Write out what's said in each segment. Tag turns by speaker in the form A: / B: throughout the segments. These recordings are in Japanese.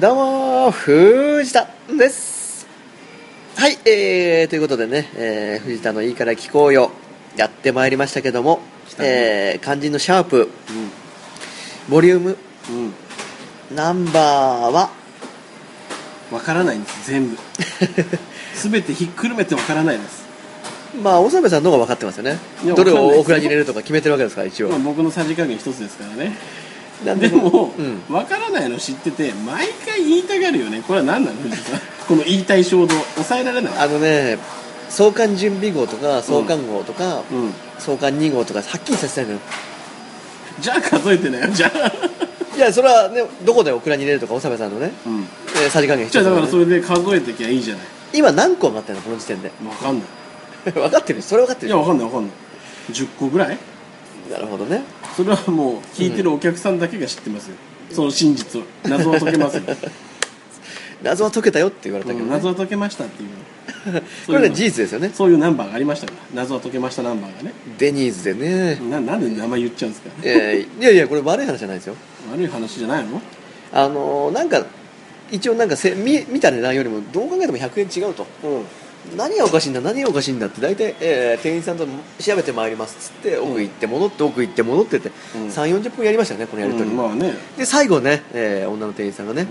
A: どうも藤田ですはい、えー、ということでね、えー藤田のいいから聞こうよやってまいりましたけども、
B: 来たね
A: えー、肝心のシャープボリューム
B: うんうん
A: ナンバーは
B: わからないんです全部全てひっくるめてわからないです、
A: まあ長部さんの方が分かってますよね
B: いや
A: どれ
B: わかん
A: を
B: ないですよ
A: オクラに入れるとか決めてるわけですから一応
B: まあ、僕のさじ加減一つですからね
A: なん
B: でも
A: うん、
B: わ、からないの知ってて毎回言いたがるよねこれは何なの藤田さんこの言いたい衝動抑えられない
A: あのね創刊準備号とか創刊号とか、
B: うん
A: 創刊2号とかはっきりさせたいのよ
B: じゃあ数えてないよじゃあ
A: いやそれはねどこでオクラに入れるとか長部さんのね、
B: うん
A: えー、さじ加減必
B: じゃあ
A: 要
B: だから
A: ね
B: それで数えてきゃいいじゃない
A: 今何個になってるのこの時点で
B: わかんない
A: 分かってるそれ分かって
B: い
A: る
B: やわかんないわかんない10個ぐらい
A: なるほどね
B: それはもう聞いてるお客さんだけが知ってますよ、その真実を謎を解 けますよ、
A: 謎は解けたよって言われたけ
B: う
A: ど、
B: ん
A: ね
B: 謎は解けましたっ ていう
A: これね事実ですよね
B: そういうナンバーがありましたから謎は解けましたナンバーがね
A: デニーズでね、
B: ななんで名前言っちゃうんですか
A: えーいやいやこれ悪い話じゃないですよ
B: 悪い話じゃないの
A: あのーなんか一応なんかせ見見た値段よりもどう考えても100円違うと
B: うん
A: 何がおかしいんだ何がおかしいんだって大体、えー店員さんと調べてまいりますっつって奥行って戻って奥行って戻ってって、
B: うん
A: 3 4 0分やりましたよねこのやり取り、
B: うんまあね
A: で最後ね、えー女の店員さんがね、
B: ん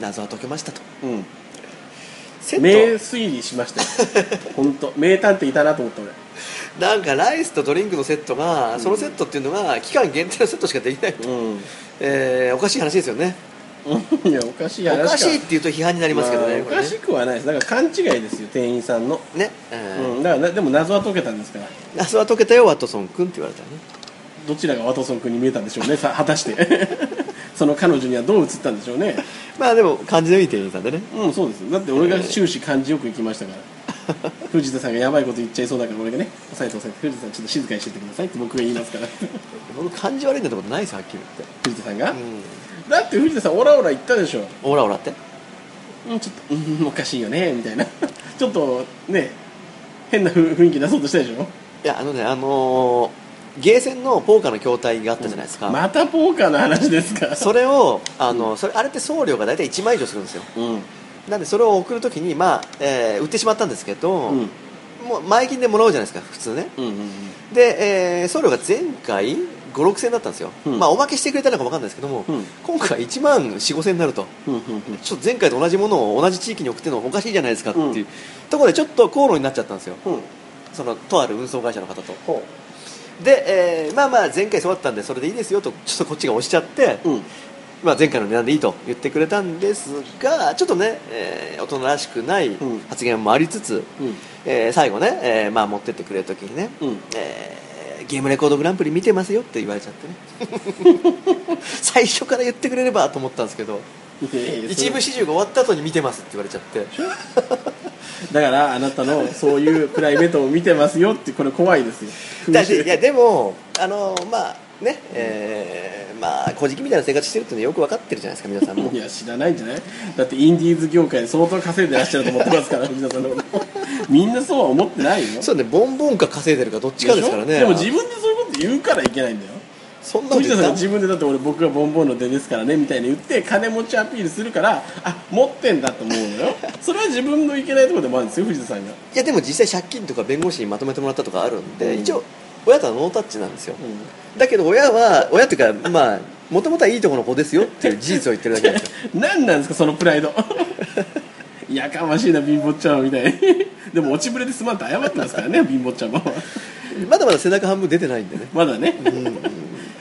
A: 謎は解けましたと
B: うん
A: セ
B: 名
A: ット
B: 推理しました よ本当名探偵いたなと思った俺
A: なんかライスとドリンクのセットが、そのセットっていうのが期間限定のセットしかできない、
B: う
A: えーおかしい話ですよね
B: ん いやおかしい話
A: おかしいっ
B: あ
A: ていうと批判になりますけどね、
B: お
A: これ
B: か
A: ね
B: しくはないですだから勘違いですよ店員さんの、
A: ね、えー
B: うん、だからなでも謎は解けたんですから
A: 謎は解けたよワトソン君って言われたらね
B: どちらがワトソン君に見えたんでしょうねさ果たして その彼女にはどう映ったんでしょうね
A: まあでも感じのいい店員さんでね
B: うんそうですだって俺が終始感じよく行きましたから、藤田さんがやばいこと言っちゃいそうだから俺がね押さえて押さえて藤田さんちょっと静かにしててくださいって僕が言いますから
A: 僕感じ悪いんだってことないですよはっきり言っ
B: 藤田さんが、
A: て、うん、
B: だって藤田さんオラオラ言ったでしょ
A: オラオラって
B: うんちょっとうんおかしいよねみたいなちょっとね変なふ雰囲気出そうとしたでしょ
A: いやあのねあのーゲーセンのポーカーの筐体があったじゃないですか、
B: またポーカーの話ですか
A: それをあの、それあれって送料が大体1万以上するんですよ
B: うん
A: なんでそれを送るときに、まあえー売ってしまったんですけど、
B: うん
A: もう前金でもらうじゃないですか普通ね
B: うんうん
A: で、えー送料が前回5 6千円だったんですよ、
B: うん
A: まあ、おまけしてくれたのか分かんないですけども、
B: うん
A: 今回1万4 5千円になると
B: うんうんうん
A: ちょっと前回と同じものを同じ地域に送ってるのおかしいじゃないですかっていう、ところでちょっと口論になっちゃったんですよ
B: うんうん
A: そのとある運送会社の方と
B: ほ
A: で、えーまあまあ前回そうだったんでそれでいいですよとちょっとこっちが押しちゃって、
B: ううん
A: まあ、前回の値段でいいと言ってくれたんですがちょっとね、えー大人らしくない
B: うん
A: 発言もありつつ、
B: うん
A: えー最後ね、えーまあ、持ってってくれる時にね、
B: うん
A: えーゲームレコードグランプリ見てますよって言われちゃってね 最初から言ってくれればと思ったんですけど一部始終が終わった後に見てますって言われちゃって
B: だからあなたのそういうプライベートを見てますよってこれ怖いですよ
A: だ しいやでもあのまあねえーまあ小じみたいな生活してるってのよく分かってるじゃないですか皆さんも
B: いや知らないんじゃないだってインディーズ業界で相当稼いでらっしゃると思ってますから藤田さんのことみんなそうは思ってないよ
A: そうねボンボンか稼いでるかどっちかですからね
B: しょでも自分でそういうこと言うからいけないんだよ
A: そんなこと
B: 藤
A: 言
B: 田
A: っ
B: さん
A: た
B: 自分でだって俺僕がボンボンの出ですからねみたいに言って金持ちアピールするからあ持ってんだと思うのよそれは自分のいけないところでもあるんですよ藤田さんが
A: いやでも実際借金とか弁護士にまとめてもらったとかあるんで、
B: うん
A: 一応親とはノータッチなんですよ、
B: う
A: だけど親は親っていうかまあもともとはいいところの子ですよっていう事実を言ってるだけなん ですよ
B: 何なんですかそのプライド やかましいな貧乏ちゃんみたいにでも落ちぶれで済まんと謝ってますからね貧乏ちゃんも
A: まだまだ背中半分出てないんでね
B: まだね、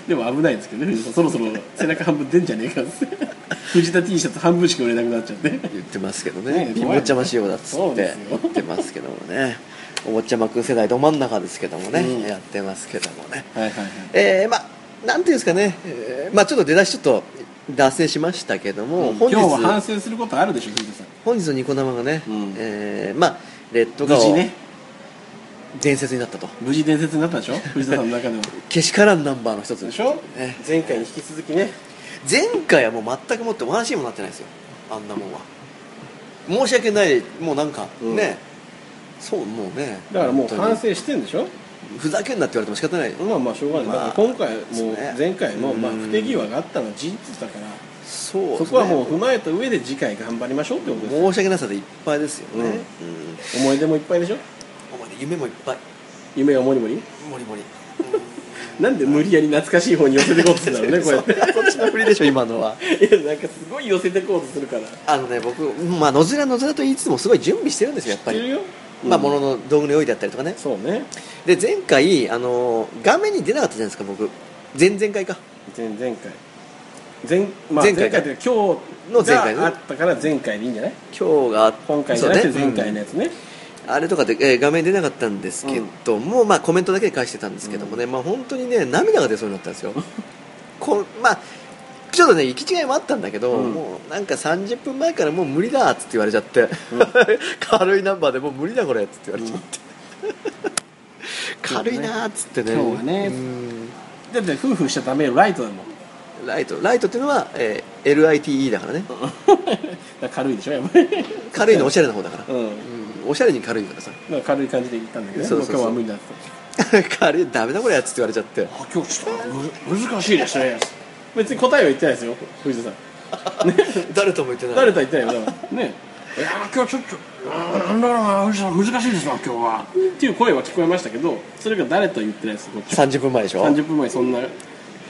B: でも危ないですけどね藤田さんそろそろ背中半分出んじゃねえか 藤田 T シャツ半分しか売れなくなっちゃって
A: 言ってますけど
B: ね
A: ね
B: え
A: 貧乏ちゃま仕様だっつ
B: そ
A: っ
B: うで
A: て
B: すよ
A: 言ってますけどもねおもちゃまくん世代ど真ん中ですけどもね、
B: うん
A: やってますけどもね
B: はいはいはい
A: えー、まあなんていうんですかね、えーまあちょっと出だしちょっと脱線しましたけども、
B: 今
A: 本
B: 日
A: 日
B: は反省することあるでしょ藤田さん
A: 本日のニコ生がね、
B: うん
A: えーまあレッド
B: 無
A: が
B: 事ね
A: 伝説になったと
B: 無事伝説になったでしょ藤田さんの中では
A: けしからんナンバーの一つ
B: でしょ
A: ね
B: 前回に引き続きね
A: 前回はもう全くもってお話にもなってないですよあんなもんは申し訳ないもうなんか、
B: うん
A: ねそうもうね
B: だからも
A: 本
B: う
A: 当に
B: 反省してんでしょ
A: ふざけんなって言われても仕方ないよ
B: まあまあしょうがない、
A: まあ
B: だから今回
A: そ
B: も
A: う
B: う
A: ね
B: 前回もまあ
A: うん
B: 不手際があったのは事実だから
A: そうです
B: そ
A: ね
B: こはもう踏まえた上で次回頑張りましょうってことです
A: 申し訳なさでいっぱいですよね、
B: う
A: うん
B: 思い出もいっぱいでしょ
A: 思い出夢もいっぱい
B: 夢がもりもり
A: もりもり
B: なんで無理やり懐かしい方に寄せてこうとするんだろうね こうやって
A: そっちの振りでしょ今のはい
B: やなんかすごい寄せてこうとするから
A: あのね僕まあ野面野面と言いつつもすごい準備してるんですよやっぱ
B: 知ってる
A: り
B: よ
A: まあも
B: の
A: のの道具の用意だったりとかね
B: そうね
A: で前回あの画面に出なかったじゃないですか僕前々回か
B: 前前回前,、ま
A: 前
B: あ、前
A: 回か
B: 回というか今日
A: の前回ね
B: があったから前回でいいんじゃない
A: 今日が
B: 今回じゃなく
A: そ
B: て
A: うね
B: 前回のやつね
A: あれとかで、えー画面出なかったんですけども、まあ、コメントだけで返してたんですけどもね、まあ、本当にね涙が出そうになったんですよ こまあちょっとね行き違いもあったんだけど、
B: うん
A: もうなんか30分前からもう無理だっつって言われちゃって、 軽いナンバーでもう無理だこれっつって言われちゃ って、軽いなーっつってね
B: 今日はね
A: うん
B: だって夫婦しちゃダメよライトだもん
A: ライトライトっていうのは、えー LITE だからね
B: だから軽いでしょやっぱり
A: 軽いのおしゃれな方だから、
B: うん
A: うんおしゃれに軽いからさ
B: だから軽い感じで行ったんだけどね
A: そうそうそう
B: も今日は無理だった
A: 軽いダメだこれっつって言われちゃって
B: あ今日ちょっとむ 難しいですね別に答えは言ってないですよ藤田さん
A: 誰とも言ってない
B: 誰とは言ってないよだ からねいや今日ちょっとあーなんだろうな藤田さん難しいですな今日はっていう声は聞こえましたけどそれが誰とは言ってないですこっちは
A: 30分前でしょ
B: 30分前そんな、ね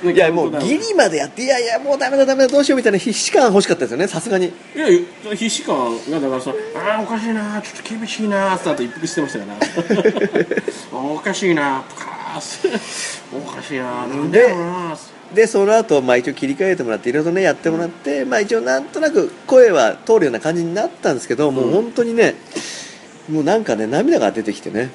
A: いやもうギリまでやっていやいやもうダメだダメだどうしようみたいな必死感欲しかったですよねさすがに
B: いやいや必死感がだからさ「ああおかしいなちょっと厳しいな」ってあと一服してましたから おかしいなプカースおかしいななんだろうな
A: でその後まあ一応切り替えてもらっていろいろねやってもらって、まあ一応なんとなく声は通るような感じになったんですけど、もう本当にねもうなんかね涙が出てきてね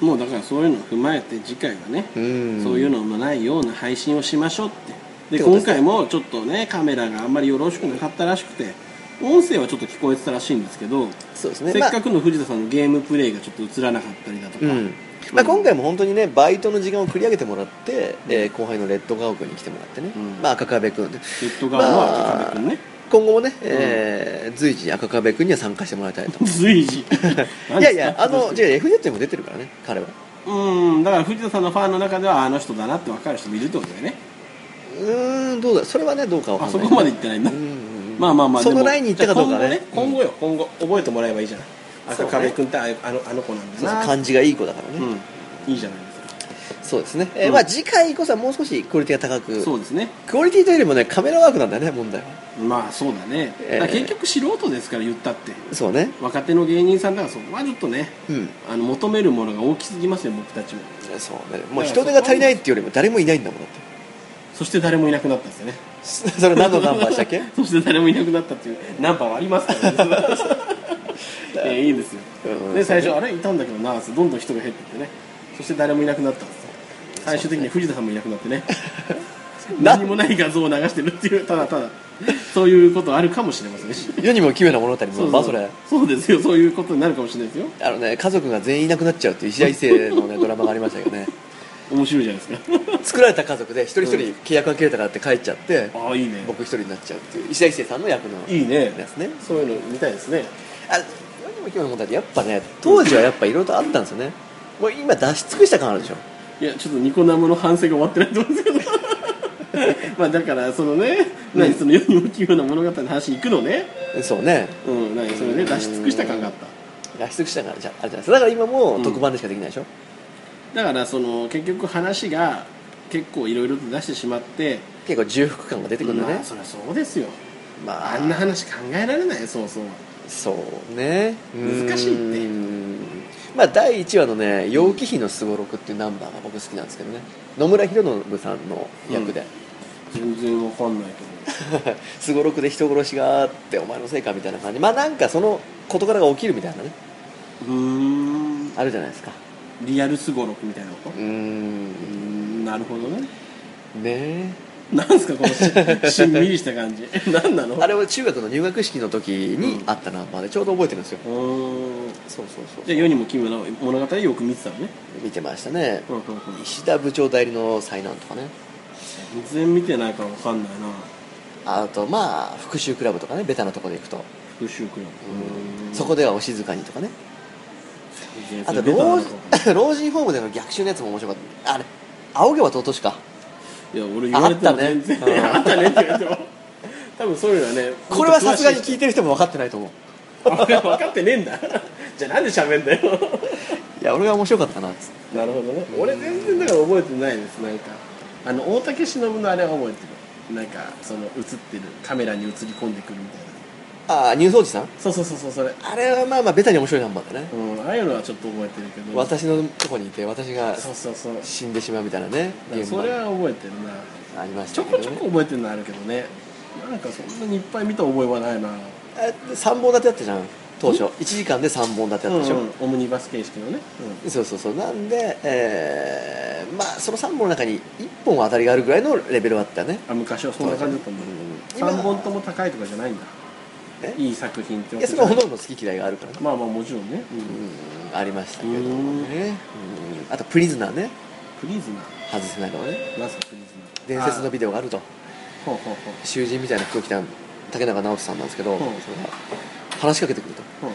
B: もうだからそういうのを踏まえて次回はね、
A: うん
B: そういうのもないような配信をしましょうって
A: って
B: で
A: ことで
B: 今
A: す
B: 回もちょっとねカメラがあんまりよろしくなかったらしくて音声はちょっと聞こえてたらしいんですけど、
A: そうですね
B: せっか
A: まあ
B: くの藤田さんのゲームプレイがちょっと映らなかったりだとか、
A: うんまあ、今回も本当にねバイトの時間を繰り上げてもらって、えー後輩のレッドガオ君に来てもらってね、
B: うん
A: まあ、赤壁君レ
B: レッドガーの赤壁君ね、
A: 今後もね、えー随時赤壁君には参加してもらい たいと
B: 随時
A: いやいやあのじゃあ FZ にも出てるからね彼は
B: うんだから藤田さんのファンの中ではあの人だなって分かる人もいるってことだよね
A: うーんどうだそれはねどうかわかん
B: あ
A: ない
B: そこまで行ってないんだ、
A: うんうんうん
B: まあまあまあ
A: その
B: でも
A: ラインに行ったかどうかはね
B: じゃあ今後ね今後よ今後覚えてもらえばいいじゃない
A: そう
B: 赤
A: ね
B: 壁君ってああのあの子なんだ
A: そうそう
B: な
A: 感じがいい子だからね、
B: うんいいじゃないですか
A: そうですね、えー
B: うん
A: まあ、次回こそはもう少しクオリティが高く
B: そうですね
A: クオリティというよりもねカメラワークなんだよね問題は
B: まあそうだね、
A: ええ
B: だから結局素人ですから言ったって
A: そうね
B: 若手の芸人さんだからそこはちょっとね
A: うん
B: あの求めるものが大きすぎますよ僕たちも
A: そうねもう人手が足りないっていうよりも誰もいないんだもんだって
B: そして誰もいなくなったんですよね
A: それ何のナンバーでしたっけ
B: そして誰もいなくなったっていうナンバーはありますから ねええいいんですよ、
A: うん
B: で最初あれいたんだけどなーってどんどん人が減ってってねそして誰もいなくなったんですよ最終的に藤田さんもいなくなってね
A: な
B: 何も ない画像を流してるっていうただただそういうことあるかもしれませんし
A: 世にも奇妙な物語もまあそれ
B: そうですよそういうことになるかもしれないですよ
A: あのね家族が全員いなくなっちゃうっていう一大生のねドラマがありましたけどね
B: 面白いじゃないですか
A: 作られた家族で一人一人契約が切れたからって帰っちゃって
B: ああいいね
A: 僕一人になっちゃうっていう石田一生さんの役の
B: いいね
A: ですね
B: そういうの見たいですね
A: あ世にも奇妙な問題ってやっぱね当時はやっぱいろいろとあったんですよねもう今出し尽くした感あるでしょ
B: いやちょっとニコ生の反省が終わってないと思うんですけど まあだからそのね何その世にも奇妙な物語の話に行くのね
A: そうね
B: うん何それね出し尽くした感があった
A: 出し尽くした感あるじゃあるじゃないですかだから今も
B: うん
A: 特番でしかできないでしょ、
B: だからその結局話が結構いろいろと出してしまって
A: 結構重複感が出てくるんだ
B: まあ
A: ね、
B: そりゃそうですよ
A: まあ、
B: あんな話考えられないそうそう
A: そうね
B: 難しいって
A: ってまあ第1話のね「楊貴妃のすごろく」っていうナンバーが僕好きなんですけどね野村弘信さんの役で
B: うん全然わかんないと思
A: 「すごろくで人殺しがあってお前のせいか」みたいな感じまあなんかその事柄が起きるみたいなね
B: ううーん
A: あるじゃないですか
B: リアルスゴロクみたいなこと
A: うー
B: うー
A: ん
B: んなるほどね
A: ね
B: なんすかこのししんみりした感じ 何なの
A: えあれは中学の入学式の時にあったナンバーでちょうど覚えてるんですよ
B: うーん
A: そうそうそう
B: じゃあ世にも奇妙な物語よく見てたのね
A: 見てましたね
B: うんうんうん
A: 石田部長代理の災難とかね
B: 全然見てないからわかんないな
A: あとまあ復讐クラブとかねベタなとこで行くと
B: 復讐クラブ
A: そこではお静かにとかねあと
B: ど
A: 老
B: う
A: 人 老人ホームでの逆襲のやつも面白かったあれ青毛は尊しか
B: いや俺言われて も
A: あったね
B: 全然 あったねって言われても多分そういうのはね
A: これはさすがに聞い
B: て
A: てる人も分かってないと思う
B: 分かってねえんだじゃあなんで喋んだよ
A: いや俺が面白かったなっつって
B: なるほどね俺全然だから覚えてないですなんかあの大竹しのぶのあれは覚えてるなんかその映ってるカメラに映り込んでくるみたいな
A: ああニュースおじさん
B: そうそうそうそうそれ
A: あれはまあまあベタに面白いナンバーだね、
B: うんああいうのはちょっと覚えてるけど
A: 私のとこにいて私が
B: そうそうそう
A: 死んでしまうみたいなね
B: だからそれは覚えてるな
A: 現場ありまし
B: ちょ
A: たけ
B: こ
A: ど
B: ちょこ
A: ね
B: 覚えてるのあるけどねなんかそんなにいっぱい見た覚えはないな
A: あ3本立てだったじゃん当初1時間で3本立てだったでしょ、
B: うんうんオムニバス形式のね、
A: そうそうそうなんで、えーまあその3本の中に1本は当たりがあるぐらいのレベルはあったね
B: あ昔はそんな感じだったんだ、
A: 今
B: 3本とも高いとかじゃないんだ
A: え
B: いい作品っ
A: い
B: てわ
A: や
B: け
A: それ
B: じゃ
A: は
B: ない
A: ほとんど好き嫌いがあるからね、
B: まあまあもちろんね、うん
A: うん、ありましたけどもねうんあとプリズナーね
B: プリズナ
A: 外せないのはね
B: ーなぜプリズ
A: 伝
B: ナー
A: 説のビ
B: ビ
A: デオがあると
B: ほうほうほ
A: 囚人みたいな服を着た竹中直人さんなんですけど、
B: ん
A: それが話しかけてくると
B: うほう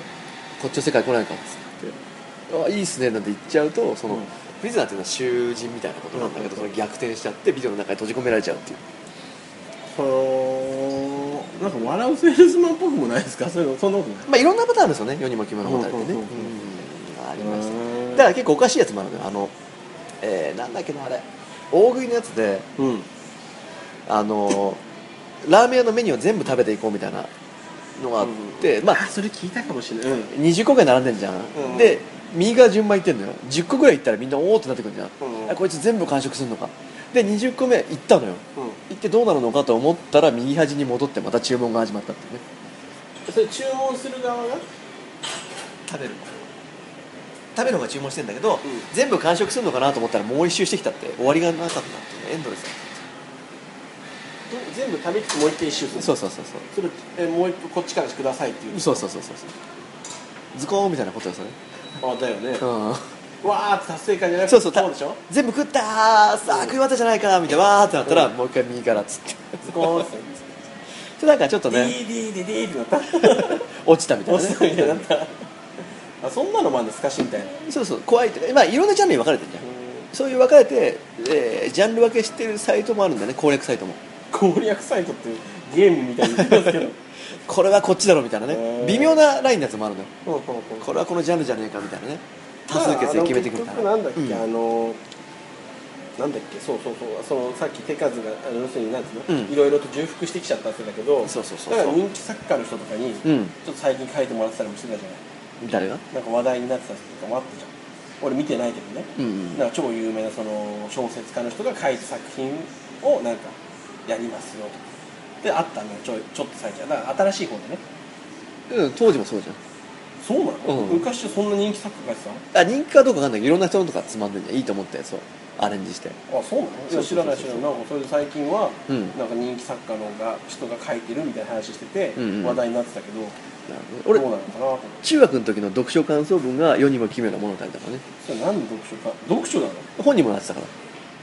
A: こっちの世界来ないかっつって「あいいっすね」なんて言っちゃうとその、
B: うん
A: プリズナーっていうのは囚人みたいなことなんだけど、
B: うん
A: その逆転しちゃってビデオの中に閉じ込められちゃうっていう
B: ほうなんか笑うセールスマンっぽくもないですかそれそんなことない
A: まあいろんなパターンあるんですよね世にも奇妙なパターンでね
B: うんうんう
A: う
B: ん
A: んありましたね
B: うー
A: だ
B: ん
A: から結構おかしいやつもあるのよあの、えーなんだっけなあれ大食いのやつで
B: うん
A: あのラーメン屋のメニューを全部食べていこうみたいなのがあって、まあ
B: あそれ聞いたかもしれない、うん
A: 20個ぐらい並んでんじゃん、
B: うん
A: で右側順番いってんのよ10個ぐらいいったらみんなおおってなってくるじゃん、
B: うん
A: あこいつ全部完食するのかで20個目いったのよ
B: うん
A: 行ってどうなるのかと思ったら右端に戻ってまた注文が始まったっていうね
B: それ注文する側が
A: 食べる食べる方が注文してんだけど、
B: ん
A: 全部完食するのかなと思ったらもう一周してきたって終わりがなかったっていうねエンドレス
B: 全部食べきってもう一回一周する
A: そうそうそうそう
B: それえもう一個こっちからくださいっていう
A: そうそうそうそうそうズコーンみたいなことですよね、
B: あだよね、
A: うん、
B: わーって達成感じゃなくて
A: そうそうた
B: でしょ
A: 全部食ったーさあ食い終わったじゃないかみたいなわーってなったら、
B: うん
A: もう一回右からっつって
B: ズコーンって
A: でなんかちょっとね
B: ディーディーディーディーってなった
A: 落ちたみたい
B: お
A: な
B: すみたいにな
A: ね
B: ったあそんなのもあるんですかしみたいな
A: そうそう怖いとかまあいろんなジャンルに分かれてるじゃんそういう分かれて、えージャンル分けしてるサイトもあるんだね攻略サイトも
B: 攻略サイトってゲームみたいに言って ますけど
A: これはこっちだろみたいな
B: へ
A: ね
B: ー
A: 微妙なラインのやつもあるのよ
B: ほうほうほう
A: これはこのジャンルじゃねえかみたいなね多数決で決めてくみたいな
B: まああの結局なんだっけ、
A: うん
B: あのなんだっけそうそうそうそのさっき手数があの要するになんていう
A: う
B: の、
A: ん
B: いろいろと重複してきちゃったってだけど
A: そうそうそうそう
B: だから人気作家の人とかに、
A: うん
B: ちょっと最近書いてもらってたりもしてたじゃない
A: 誰が
B: なんか話題になってた人とかもあったじゃん俺見てないけどね、
A: うんうん
B: なんか超有名なその小説家の人が書いた作品をなんかやりますよとかであったのよちょちょっと最近だから新しい方でね
A: うん当時もそうじゃん
B: そうなの、
A: うん
B: 昔はそんな人気作家書いてた
A: あ
B: の
A: 人気かどうかわかんないけどいろんな人のとかつまんでんじゃんいいと思ったやつをアレンジして
B: あそうなのい
A: そう
B: や
A: そうそうそ
B: 知
A: う
B: らない知らないなんかそれで最近は、
A: うん
B: なんか人気作家のが人が書いてるみたいな話してて、
A: うんうん
B: 話題になってたけど
A: なるほど
B: どうなの
A: 俺
B: かなと思って
A: 中学の時の読書感想文が世にも奇妙な物語だからね
B: それ何の読書か読書なの
A: 本にもなってたか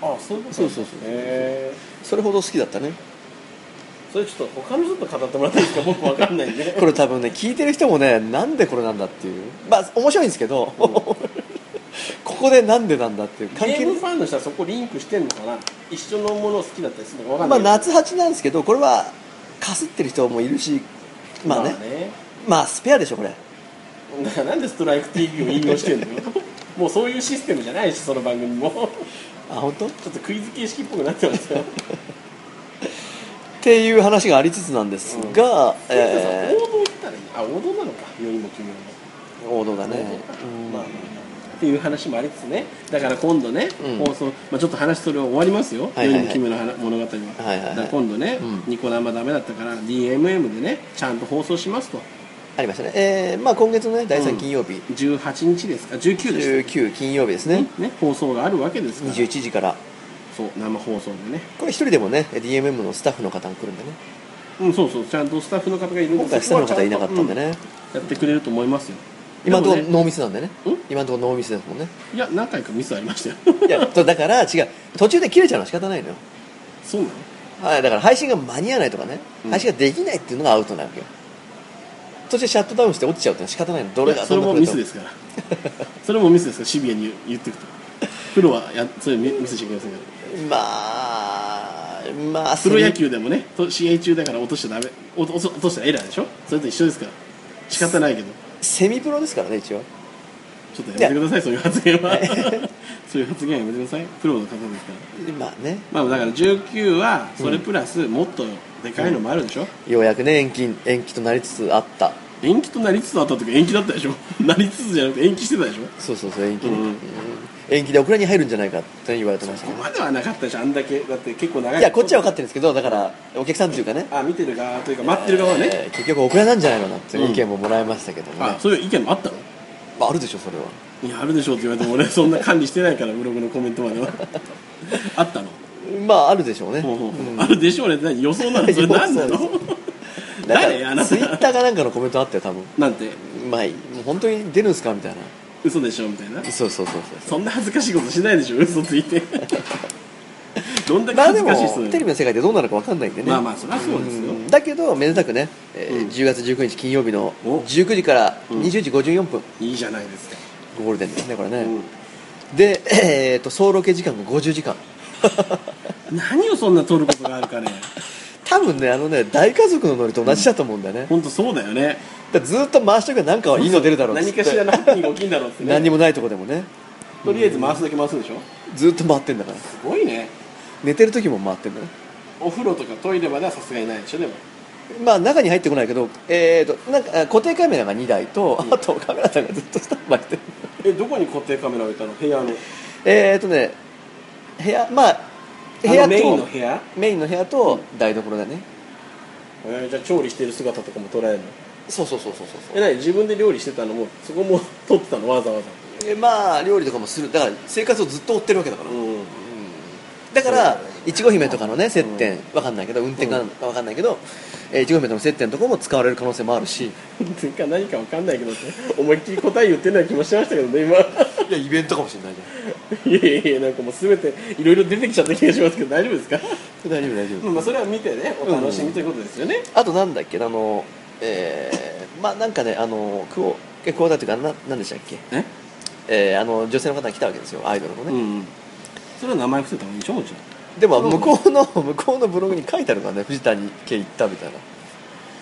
A: ら
B: あそういうこと
A: そうそうそう
B: へえ
A: それほど好きだったね
B: それちょっと他の人と語ってもらっていいですか僕わかんないんで
A: これ多分ね聞いてる人もねなんでこれなんだっていうまあ面白いんですけど、 ここでなんでなんだっていう関
B: ゲ
A: 係
B: ームファンの人はそこリンクしてんのかな一緒のものを好きだったりするのか
A: ま
B: わか
A: あ
B: んない
A: 夏八なんですけどこれはかすってる人もいるしまあね,、まあ、スペアでしょこれ
B: だからなんでストライク TV を引用してんのよもうそういうシステムじゃないしその番組も
A: あ本当っ
B: ちょっとクイズ形式っぽくなってますよ
A: ていう話がありつつなんですが、え
B: 王道行ったらいいあ王道なのかよりも君の
A: ー王道だね、うん
B: まあまあまあっていう話もありつつねだから今度ね、
A: うん
B: 放送、まあ、ちょっと話それは終わりますよ、
A: はいはいはい
B: よりも君の話物語は,、
A: はいはいはい
B: だから今度ね、
A: うん
B: ニコ生ダメだったから DMM でねちゃんと放送しますと
A: ありましたね、えーまあ、今月の、ね、第3金曜日、
B: 18日ですか19です
A: 19金曜日ですね、
B: ね、放送があるわけですから
A: 21時から
B: そう生放送でね
A: これ一人でもね DMM のスタッフの方が来るんでね
B: うんそうそうちゃんとスタッフの方がいるん
A: 今回スタッフの方いなかったんで
B: そこはちゃと
A: ね、
B: うんやってくれると思いますよ
A: 今のとこ
B: で
A: ろ
B: もね
A: ノーミスなんでね
B: ん
A: 今のところノーミスですもんね
B: いや何回かミスありましたよ
A: いや とだから違う途中で切れちゃうのは仕方ないのよ
B: そうなの
A: はい、だから配信が間に合わないとかね、
B: うん
A: 配信ができないっていうのがアウトなわけよ途中シャットダウンして落ちちゃうってのは仕方ないのど
B: い
A: れ
B: や
A: が
B: それもミスですすから それもミスですからシビアに言言ってくとプロはやそういうミミスしちゃいけませんか
A: まあまあ
B: プロ野球でもねと試合中だから落としちゃダメおと落としたらエラーでしょそれと一緒ですから仕方ないけど
A: セミセミプロですからね一応
B: ちょっとやめてくださいそういう発言は そういう発言はやめてくださいプロの方ですから
A: まあね
B: まあだから19はそれプラスもっとでかいのもあるでしょ、
A: ようやくね延期延期となりつつあった
B: 延期となりつつあった時は延期だったでしょ なりつつじゃなくて延期してたでしょ
A: そうそうそう延期、
B: うん
A: うん延期でオクラに入るんじゃないかって言われてまし
B: そ
A: た
B: こ
A: ね
B: まではなかったでしょあんだけだって結構長い
A: いやこっちは分かってるんですけどだからお客さんというかね
B: あ見てる側というか待ってる側はね、
A: えー結局オクラなんじゃないのなっていう意見ももらいましたけどもね、
B: あそういう意見もあったの
A: まあ、あるでしょそれはい
B: やあるでしょうって言われても俺そんな管理してないからブログのコメントまではあったの
A: まああるでしょうね、
B: ほうほうほう
A: うん
B: あるでしょうねって何予想なのそれ何な
A: 予想
B: の
A: でなん
B: 誰あ
A: か
B: な
A: ツイッ
B: た
A: ターかなんかのコメントあったよ多分
B: なんて
A: まあもう本当に出るんすかみたいな
B: 嘘でしょみたいな
A: そうそうそうそう
B: そんな恥ずかしいことしないでしょ嘘ついてどんだけ
A: まあ
B: 恥
A: で
B: ず
A: も
B: かしい人
A: テレビの世界でどうなるか分かんないんでね
B: まあまあそりゃそうですよ
A: んだけどめでたくね、えー
B: うん
A: 10月19日金曜日の
B: お
A: 19時から
B: うん
A: 20時54分、
B: いいじゃないですか、
A: ゴールデンですねこれね、
B: う
A: で、えー、と総ロケ時間が50時間
B: ん、何をそんな撮ることがあるかね
A: 多分ねあのね大家族のノリと同じだと思うんだよね、だ
B: 本当そうだよね
A: からずっと回しとけばなんかはいいの出るだろうっつ
B: 何
A: って
B: かしらのハプニング起きんだろうってね
A: 何にもないとこでもね
B: とりあえず回すだけ回すでしょ
A: ずっと回ってんだから
B: すごいね
A: 寝てる時も回ってんだよ
B: お風呂とかトイレまではさすがにないでしょでも
A: まあ中に入ってこないけど、えー、となんかあ固定カメラが2台と、あとカメラさんがずっとスタンバイしてる
B: えどこに固定カメラ置いたの部屋の
A: えっ、ー、とね部屋まあ部
B: あ
A: 屋
B: の
A: と
B: メインの部屋、
A: メインの部屋と台所だね、
B: えーじゃあ調理してる姿とかも捉えるの
A: そうそうそうそうそ
B: え
A: う
B: 何自分で料理してたのもそこも撮ってたのわざわざ
A: えまあ料理とかもするだから生活をずっと追ってるわけだから、
B: うん
A: だか
B: そ
A: ら
B: うだね
A: いちご姫とかのね接点、わかんないけど運転がわかんないけど、えーいちご姫との接点とかも使われる可能性もあるし
B: てか何かわかんないけどね思いっきり答え言ってない気もしましたけどね今
A: いやイベントかもしれないじゃ
B: いやいやいやなんかもう全ていろいろ出てきちゃった気がしますけど大丈夫ですか
A: ん大丈夫大丈夫、
B: まあそれは見てねお楽しみということですよね、
A: あとなんだっけあのえー、まあなんかねあのクオえクオーダーというかななんでしたっけ
B: え
A: えー、あの女性の方が来たわけですよアイドルの
B: う
A: ね、
B: んそれは名前伏せた方がいいでしょもちろん
A: でも向こうの向こうのブログに書いてあるからね藤谷家行ったみたい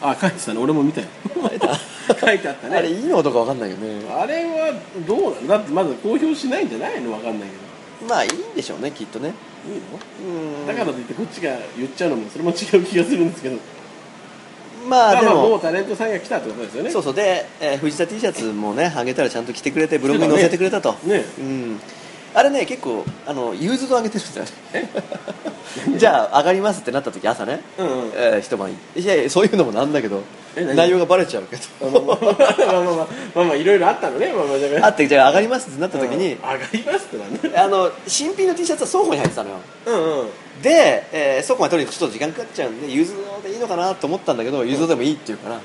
A: な
B: あ 書いてたね俺も見たよ
A: 書いた
B: 書 いてあったね
A: あれいいのとかわかんないよね
B: あれはどうなのだってまず公表しないんじゃないのわかんないけ
A: まあいいんでしょうねきっとね
B: どいいの
A: うん
B: だからといってこっちが言っちゃうのもそれも違う気がするんですけど
A: ま
B: ま
A: あ
B: あ
A: で
B: まあ
A: も、
B: もうタレントさんが来たってことですよね
A: そう
B: う
A: そうで、えー藤田 T シャツもねあげたらちゃんと着てくれてブログに載せてくれたと
B: ねね
A: うんあれね結構あのユーズドあげてるんですよね じゃあ上がりますってなった時朝ね、
B: うんうん
A: えー一晩いやいやそういうのもなんだけど
B: え何
A: 内容がバレちゃうけ
B: まあ
A: ど
B: まあまあまあまあまあまあいろいろあったのねまあまあじゃ
A: あってじゃあ上がりますってなった時に
B: 上、がりますってなんだ
A: あの新品の T シャツは双方に入ってたのよ
B: うんうん
A: で、えー、そこまで取りに行くとちょっと時間かかっちゃうんで融通でいいのかなと思ったんだけど融通でもいいって言うから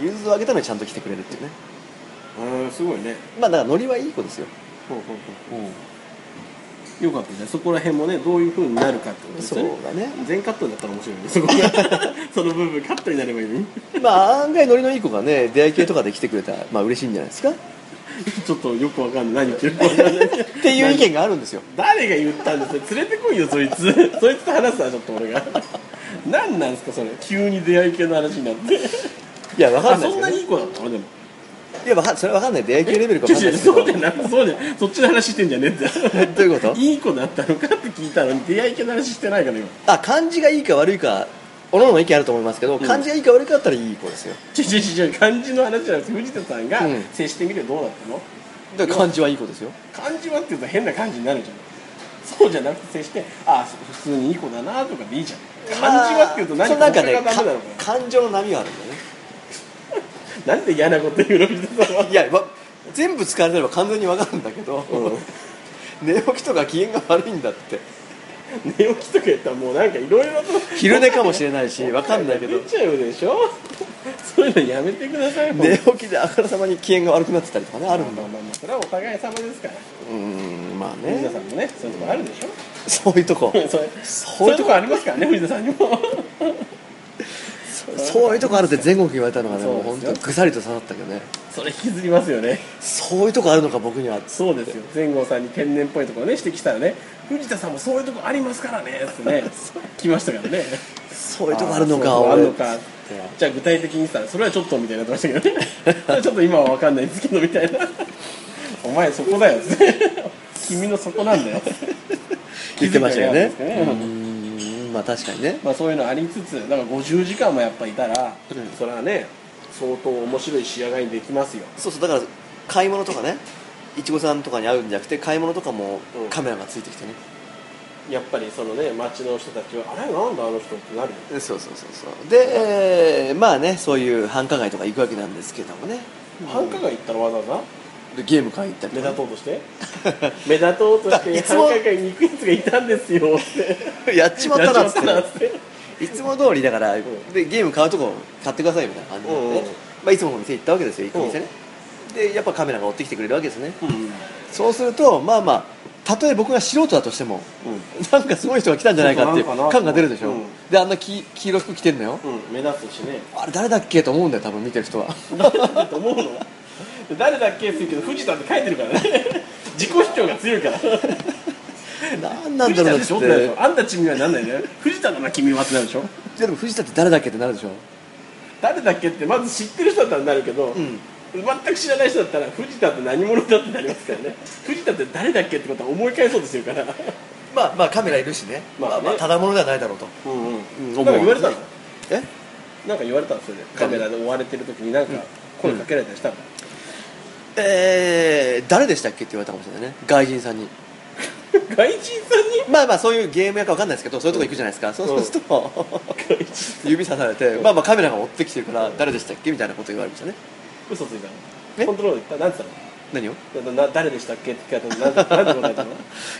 A: 融通をあげたのにちゃんと来てくれるっていうね
B: うんうんすごいね
A: まあだからノリはいい子ですよ、
B: ほうほうほうよかったじゃあそこら辺もねどういうふうになるかってことです
A: そ
B: よね
A: うだね
B: 全カットになったら面白いねそこがその部分カットになればいいのに
A: まあ案外ノリのいい子がね出会い系とかで来てくれたらまあ嬉しいんじゃないですかっ
B: ちょっとよくわかんない何言ってるかわかんない
A: ていう意見があるんですよ
B: 誰が言ったんですよ連れてこいよそいつ そいつと話すわちょっと俺が 何なんですかそれ急に出会い系の話になって
A: いやわか
B: あ
A: んない
B: そ
A: ですけど、
B: んなに
A: ね
B: い、い子だったのでも
A: いやわかんそれわかんない出会い系レベルかわ
B: 違
A: かんない
B: う違
A: で
B: う
A: す
B: そう
A: け
B: じ
A: ど
B: ゃなくそうじゃそっちの話してんじゃねえ んだよ
A: どういうこと
B: いい子だったのかって聞いたのに出会い系の話してないから今
A: あ感じがいいか悪いかおのの意見あると思いますけど
B: うん
A: 感じがいいか悪いかだったらいい子ですよ
B: 違う違う違う漢字の話じゃなくて藤田さんが
A: うん
B: 接してみてどうだったの、
A: だから感じはいい子ですよ
B: 漢字はって言うと変な感じになるじゃんそうじゃなくて接してあ普通にいい子だなとかでいいじゃん漢字はって言うと何
A: まあそ
B: 他
A: のな
B: が
A: んか
B: ダメな
A: ね
B: のか
A: か感情の波があるんだよね
B: ななんで嫌なこと言うの藤田さんはい
A: やわ全部使われてれば完全に分かるんだけど、寝起きとか機嫌が悪いんだって
B: 寝起きとか言ったらもうなんかいろいろと
A: 昼寝かもしれないし分かんないけど
B: 出ちゃうでしょそういうのやめてくださいもう
A: 寝起きであからさまに機嫌が悪くなってたりとかねあるんだ
B: まあまあまあそれはお互い様ですから
A: うんまあ
B: 藤
A: ね
B: 田さんもねそういうとこあるでしょ
A: そういうとこ
B: そう
A: そう
B: そう
A: い
B: いうう
A: と
B: と
A: こ
B: こありますからね藤田さんにも
A: そ
B: そ
A: そういうとこあるって全国言われたのがね
B: そう
A: もう
B: ですよ
A: 本当ぐさりと刺さったけどね
B: それ引きずりますよね
A: そういうとこあるのか僕には
B: そうですよ前後さんに天然っぽいところね指摘したらね藤田さんもそういうとこありますからねって ね来ましたからね
A: そういうとこあるのか
B: あーそうあ
A: 俺
B: るのかじゃあ具体的にさそれはちょっとみたいになってましたけどね それはちょっと今は分かんないですけどみたいな お前そこだよ 君のそこなんだよ
A: 言ってましたよね
B: 気づいてないわけですかね
A: うーんまあ確かにね
B: まあ、そういうのありつつだから50時間もやっぱいたら、
A: うん
B: それはね相当面白い仕上がりできますよ
A: そうそうだから買い物とかねいちごさんとかに会うんじゃなくて買い物とかも
B: うん
A: カメラがついてきてね、
B: やっぱりそのね街の人たちはあれなんだあの人ってなるよ
A: そうそうそうそうで、えーまあねそういう繁華街とか行くわけなんですけどもね
B: 繁華街行ったらわざわざ
A: でゲーム買いに行ったり
B: 目
A: と
B: 立
A: か
B: とうとして目立とうとし
A: だ
B: て
A: いつ
B: 繁
A: も
B: 華街に行くやつがいたんですよっ て
A: やっちまったなっ つっ
B: やっちまったなっつって
A: ていつも通りだから、
B: ん
A: でゲーム買うとこ買ってくださいみたいな感じで、ね
B: うんうんうん
A: まあ、いつもの店行ったわけですよ行く店ね、でやっぱカメラが追ってきてくれるわけですね
B: うん
A: そうするとまあまあたとえ僕が素人だとしてもなんかすごい人が来たんじゃないかっていう
B: そうそうなんかな
A: 感が出るでしょ、
B: うん
A: であんな黄黄色い服着てんのよ、
B: うん、目立つしね
A: あれ誰だっけと思うんだよ多分見てる 人は
B: 誰だって思うの誰だっけって言うけど藤田って書いてるからね 自己主張が強いから
A: 何なん
B: 藤
A: だろうな
B: 田で
A: っ
B: してょってなるでしょあんたちにはなんないね藤田だな君はってなるでしょ
A: でも藤田って誰だっけってなるでしょ
B: 誰だっけってまず知ってる人だったらなるけど、
A: ん
B: 全く知らない人だったら藤田って何者だってなりますからね藤田って誰だっけってことは思い返そうとしてるから
A: まあまあカメラいるしね,、
B: まあね
A: ただものではないだろうと
B: うんうん
A: うん
B: なんか言われたの
A: え
B: なんか言われたんですよねカメラで追われてる時になんか声かけられたりしたの、
A: えー、誰でしたっけって言われたかもしれないね外人さんに
B: 外人さ
A: まあまあそういうゲームやか分かんないですけどそういうとこ行くじゃないですか、そうすると、
B: んに外人
A: 指さされてまあまあカメラが追ってきてるから誰でしたっけみたいなこと言われましたね
B: 嘘ついた
A: え
B: のコントロール言ったなんて言っ
A: 何を
B: たのなな誰でしたっけって聞かれたのなんてなんて答えたの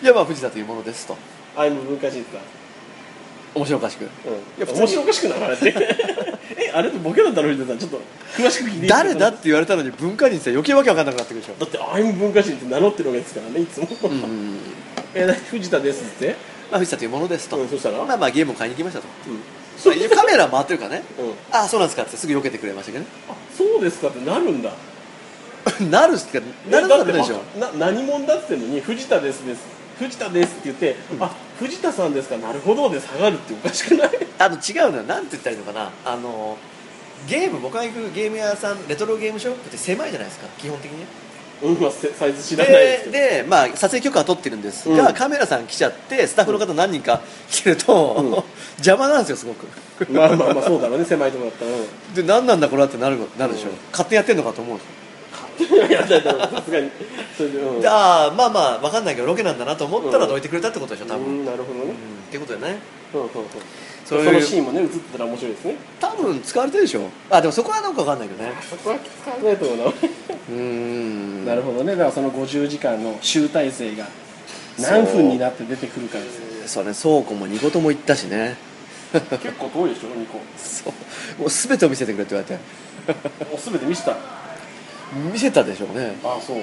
A: いやまあ藤田というものですと
B: あれ難しいってさ
A: 面白おかしく
B: うん、い
A: や普通に
B: や面白おかしくないあれって えあれってボケだったの藤田さんちょっと詳しく聞いていいですか
A: 誰だって言われたのに文化人って余計わけわかんなくなってくるでしょ
B: だってアイム文化人って名乗ってるわけですからねいつも、
A: うんうんうん
B: えな藤田ですって、
A: まあ藤田というものですと、
B: うんそしたら
A: まあまあゲームを買いに行きましたと
B: うん、
A: まあ一応カメラ回ってるからね
B: うん
A: ああそうなんですかってすぐ避けてくれましたけど
B: あそうですかってなるんだ
A: ねなるっすかなる
B: だ
A: な
B: って
A: るでしょ
B: な何者だって言ってんのに藤田ですです藤田ですって言って、あ藤田さんですかなるほどで下がるっておかしくない
A: あの違うのはなんて言ったらいいのかなあのゲーム僕が行くゲーム屋さんレトロゲームショップって狭いじゃないですか基本的にね
B: うんまあせサイズ知らないです
A: で
B: けど
A: で、まあ、撮影許可は取ってるんですが、
B: うん
A: カメラさん来ちゃってスタッフの方何人か来てると、
B: うん
A: 邪魔なんですよすごく
B: まあまあまあそうだろうね狭いところだったらうん
A: で何なんだこれはってなるなるでしょ、
B: うん
A: 勝手にやってんのかと思うんですよ
B: いやだからさすがにそれで、うん、
A: でああまあまあ分かんないけどロケなんだなと思ったら
B: うん
A: どいてくれたってことでしょ多分、
B: う
A: うん
B: んなるほどね、
A: ってことだよね
B: そうそうそう
A: そういう
B: そのシーンもね映ってたら面白いですね
A: 多分使われてるでしょあでもそこはなんか分かんないけどね
B: そこは使わないと思うな、
A: うーん
B: なる
A: ほ
B: ほどねだからその50時間の集大成が何分になって出てくるかですよ
A: どそうね倉庫も2個とも行ったしね
B: 結構遠いでしょ2個
A: そうもう全てを見せてくれって言われて
B: お全て見せたあ
A: 見せたでしょうね
B: あそう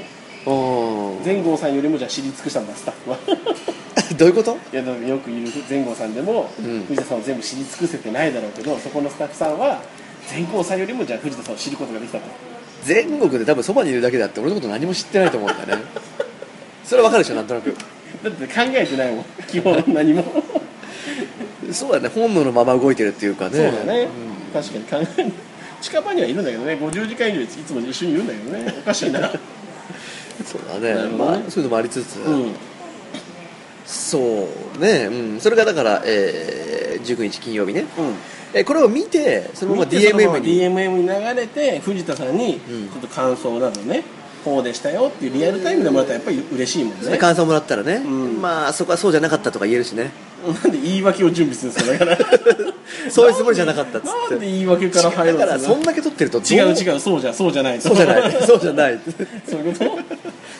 A: うん
B: 全郷さんよりもじゃあ知り尽くしたんだスタッフは
A: どういうこと
B: いやでもよくいる全郷さんでも、
A: うん
B: 藤田さんを全部知り尽くせてないだろうけどそこのスタッフさんは全郷さんよりもじゃあ藤田さんを知ることができたと
A: 全国で多分そばにいるだけであって俺のこと何も知ってないと思うんだよね それは分かるでしょなんとなく
B: だって考えてないもん 基本何も
A: そうだね本能のまま動いてるっていうかね
B: そうだね、
A: ん
B: 確かに考え近場にはいるんだけどね50時間以上いつも一緒にいるんだけどねお かしいな
A: そうだ
B: な
A: ね
B: るほど
A: ま
B: ね
A: あ、そういうのもありつつ、
B: うん
A: そうね、うん、それがだから、えー、19日金曜日ね、
B: うん
A: えーこれを見てそのまま
B: 見てそのまま
A: DMM に
B: DMM に流れて藤田さんに
A: うん
B: ちょっと感想などね、こうでしたよっていうリアルタイムでもらったらやっぱり嬉しいもんね
A: 感想もらったらね、
B: ん
A: まあそこはそうじゃなかったとか言えるしね
B: なんで言い訳を準備するんですかだから
A: そういうつもりじゃなかったっつっ
B: なんで
A: て
B: 言い訳から入る
A: だ
B: ん
A: か
B: で
A: ら
B: す
A: そ
B: か
A: んだけ取ってるとど
B: 違う
A: う
B: 違うそうじゃそうじ ゃない
A: そうじゃないそうじゃない
B: そういうこと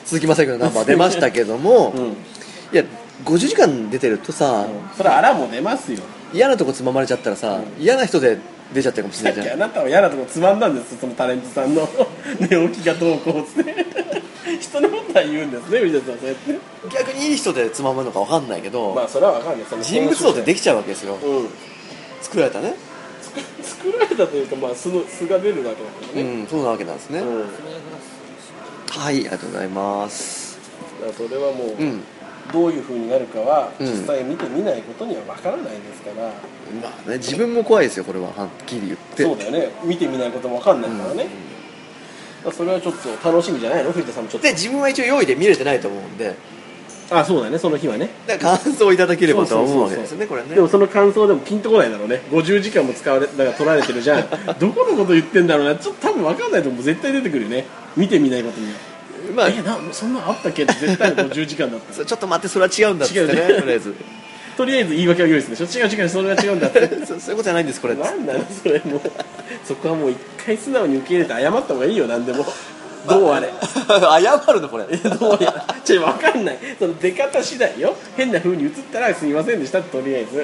A: 鈴木雅之のナンバー出ましたけども、
B: う
A: いや
B: ん
A: 50時間出てるとさ、
B: それあらも出ますよ
A: 嫌なとこつままれちゃったらさ、嫌な人で出ちゃってるかもし
B: さ
A: れ
B: っ
A: ない
B: き
A: じゃ
B: あ
A: ん
B: なたは嫌なとこつまんだんですよそのタレントさん の寝起きがどうこうっつって人のことは言うんですね藤田さんそうやって
A: 逆にいい人でつままるのか分かんないけど、
B: まあそれはわかんないその
A: 人物像ってできちゃうわけですよ、
B: うん
A: 作られたね
B: 作られたというかまあ素の素が出るわけだからね、
A: うんそうなわけなんですね、
B: うんだ
A: はいありがとうございます
B: からそれはもう、
A: うん
B: どういうふうになるかは
A: うん
B: 実際見てみないことにはわからないですから、
A: まあね自分も怖いですよこれははっきり言って
B: そうだよね見てみないこともわかんないからね、だからそれはちょっと楽しみじゃないの藤田さんもちょっと
A: で自分は一応用意で見れてないと思うんで
B: あそうだねその日はね
A: だから感想をいただければとは思うわけですよねこ
B: そう
A: れ
B: そう
A: は
B: そう
A: ね
B: でもその感想でもピンとこないだろうね50時間も使われだから取られてるじゃんどこのこと言ってんだろうなちょっと多分分かんないと思う絶対出てくるよね見てみないことには
A: まあ
B: えなそんなのあったっけって絶対50時間だった
A: そうちょっと待ってそれは違うんだっつってね
B: 違うね
A: とりあえず
B: とりあえず言い訳を用意するでしょ違う違うそれは違うんだって
A: そうそういうことじゃないんですこれっつって
B: なんなのそれもうそこはもう一回素直に受け入れて謝った方がいいよ何でもどうあれ
A: 謝るのこれ
B: どうやちょ分かんないその出方次第よ変な風に映ったらすみませんでしたってとりあえずだ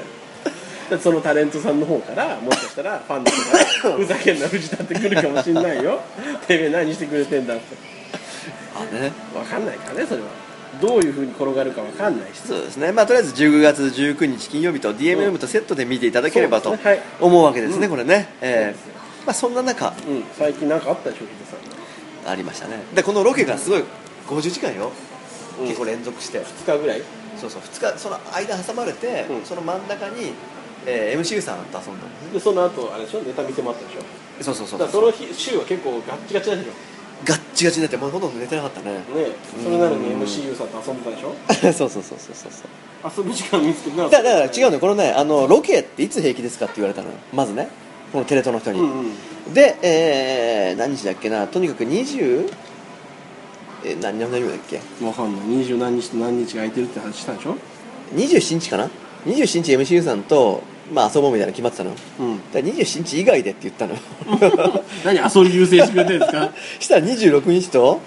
B: ってそのタレントさんの方からもしかしたらファンの方からふざけんな藤田ってくるかもしんないよてめえ何してくれてんだって
A: あね
B: 分かんないからねそれはどういう風に転がるか分かんないし
A: そうですねまあとりあえず10月19日金曜日と DMM とセットで見ていただければ
B: そ
A: と
B: うですねはい
A: 思うわけですねこれね
B: そう
A: え
B: です
A: えまあそんな中
B: うん最近なんかあったでしょ藤田さん
A: ありましたねでこのロケがすごい50時間よ
B: うん
A: 結構連続して
B: 2日ぐらい
A: そうそう2日その間挟まれて
B: うん
A: その真ん中にえー MCU さんと遊んだのね
B: でその後あれでしょネタ見せもあったでしょ
A: そうそうそ
B: だ
A: う
B: か
A: そ
B: ら
A: う
B: その日週は結構ガッチガチなんでし
A: ガッチガチになってもうほとんど寝てなかったね
B: ょねそれなのに
A: うん
B: MCU さんと遊んでたでしょ
A: そうそうそうそうそうそう
B: 遊ぶ時間見つけてなかっ
A: だ
B: た
A: だから違うの
B: の
A: よこのねあのロケっていつ平気ですかって言われたのよまずねこのテレ東の人に、
B: うんうん
A: で、えー、何時だっけなとにかく20え何何曜日だっけ
B: わかんない二十何日と何日が空いてるって話したでしょ
A: 27日かな27日 MCU さんと、まあ、遊ぼうみたいなの決まってたのよ
B: うん
A: だから27日以外でって言ったのよ
B: 何遊び優先してくれてるんです か
A: したら26日と、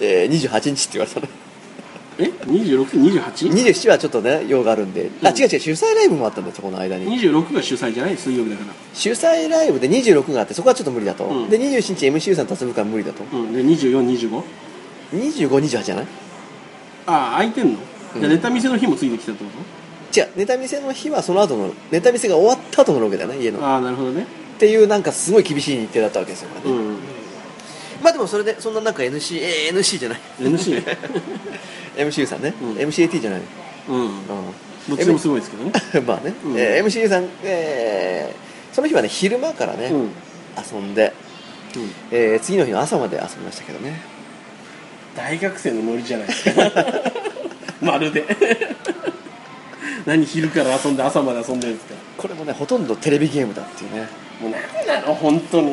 A: えー、28日って言われたの
B: え二十六二十八
A: 27はちょっとね用があるんで、あ
B: うん
A: 違う違う主催ライブもあったんだよそこの間に
B: 二十六が主催じゃない水曜日だか
A: 主催ライブで26があってそこはちょっと無理だと、
B: うん
A: で27日 MCU さんと遊ぶから無理だと
B: らうんで二十四二十五
A: 2528じゃない
B: ああ空いてんの
A: うん
B: じゃあネタ見せの日もついてきたってこ
A: じゃあネタ見せの日はその後のネタ見せが終わった後のロケだね家の
B: とああなるほどね
A: っていうなんかすごい厳しい日程だったわけですよ、これ
B: う
A: ね
B: ん
A: まあでもそれでそんな中 NC えー NC じゃ ない
B: NC
A: MCU さんね、
B: うん
A: MCAT じゃない、
B: うんど
A: うん
B: っちでもすごいですけどね
A: まあね、
B: うん
A: えー MCU さん、えーその日はね昼間からね、
B: うんうん
A: 遊んで、えー次の日の朝まで遊びましたけどね
B: 大学生のノリじゃないですか まるで 何昼から遊んで朝まで遊んでるんですか
A: これもねほとんどテレビゲームだっていうね
B: もう何なの本当に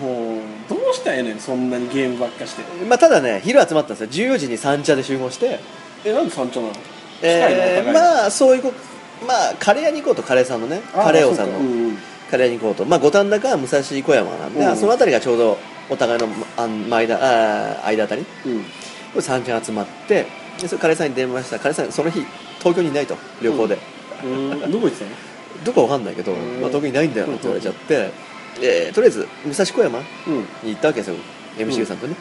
B: もうどうしたらええのよそんなにゲームばっかして
A: まあただね昼集まったんですよ14時に三茶で集合して
B: えなんで山頂なの
A: えー
B: 近いのお互い
A: まあそういうことまあカレー屋に行こうとカレーさんのねカレー王さんの、
B: そうかうんうん
A: カレーに行こうと、まあ、五反田か武蔵小山なんで、
B: うん
A: その辺りがちょうどお互いのあん間あー間あたり
B: うん
A: 3軒集まってでそれカレーさんに電話したカレーさんその日東京にいないと旅行で、
B: うんどこ行ってたの
A: どこかわかんないけど、
B: ん
A: まあ、東京にいないんだよって言われちゃって、えーとりあえず武蔵小山に
B: うん
A: 行ったわけですよ
B: う
A: MCU
B: ん
A: さんとね、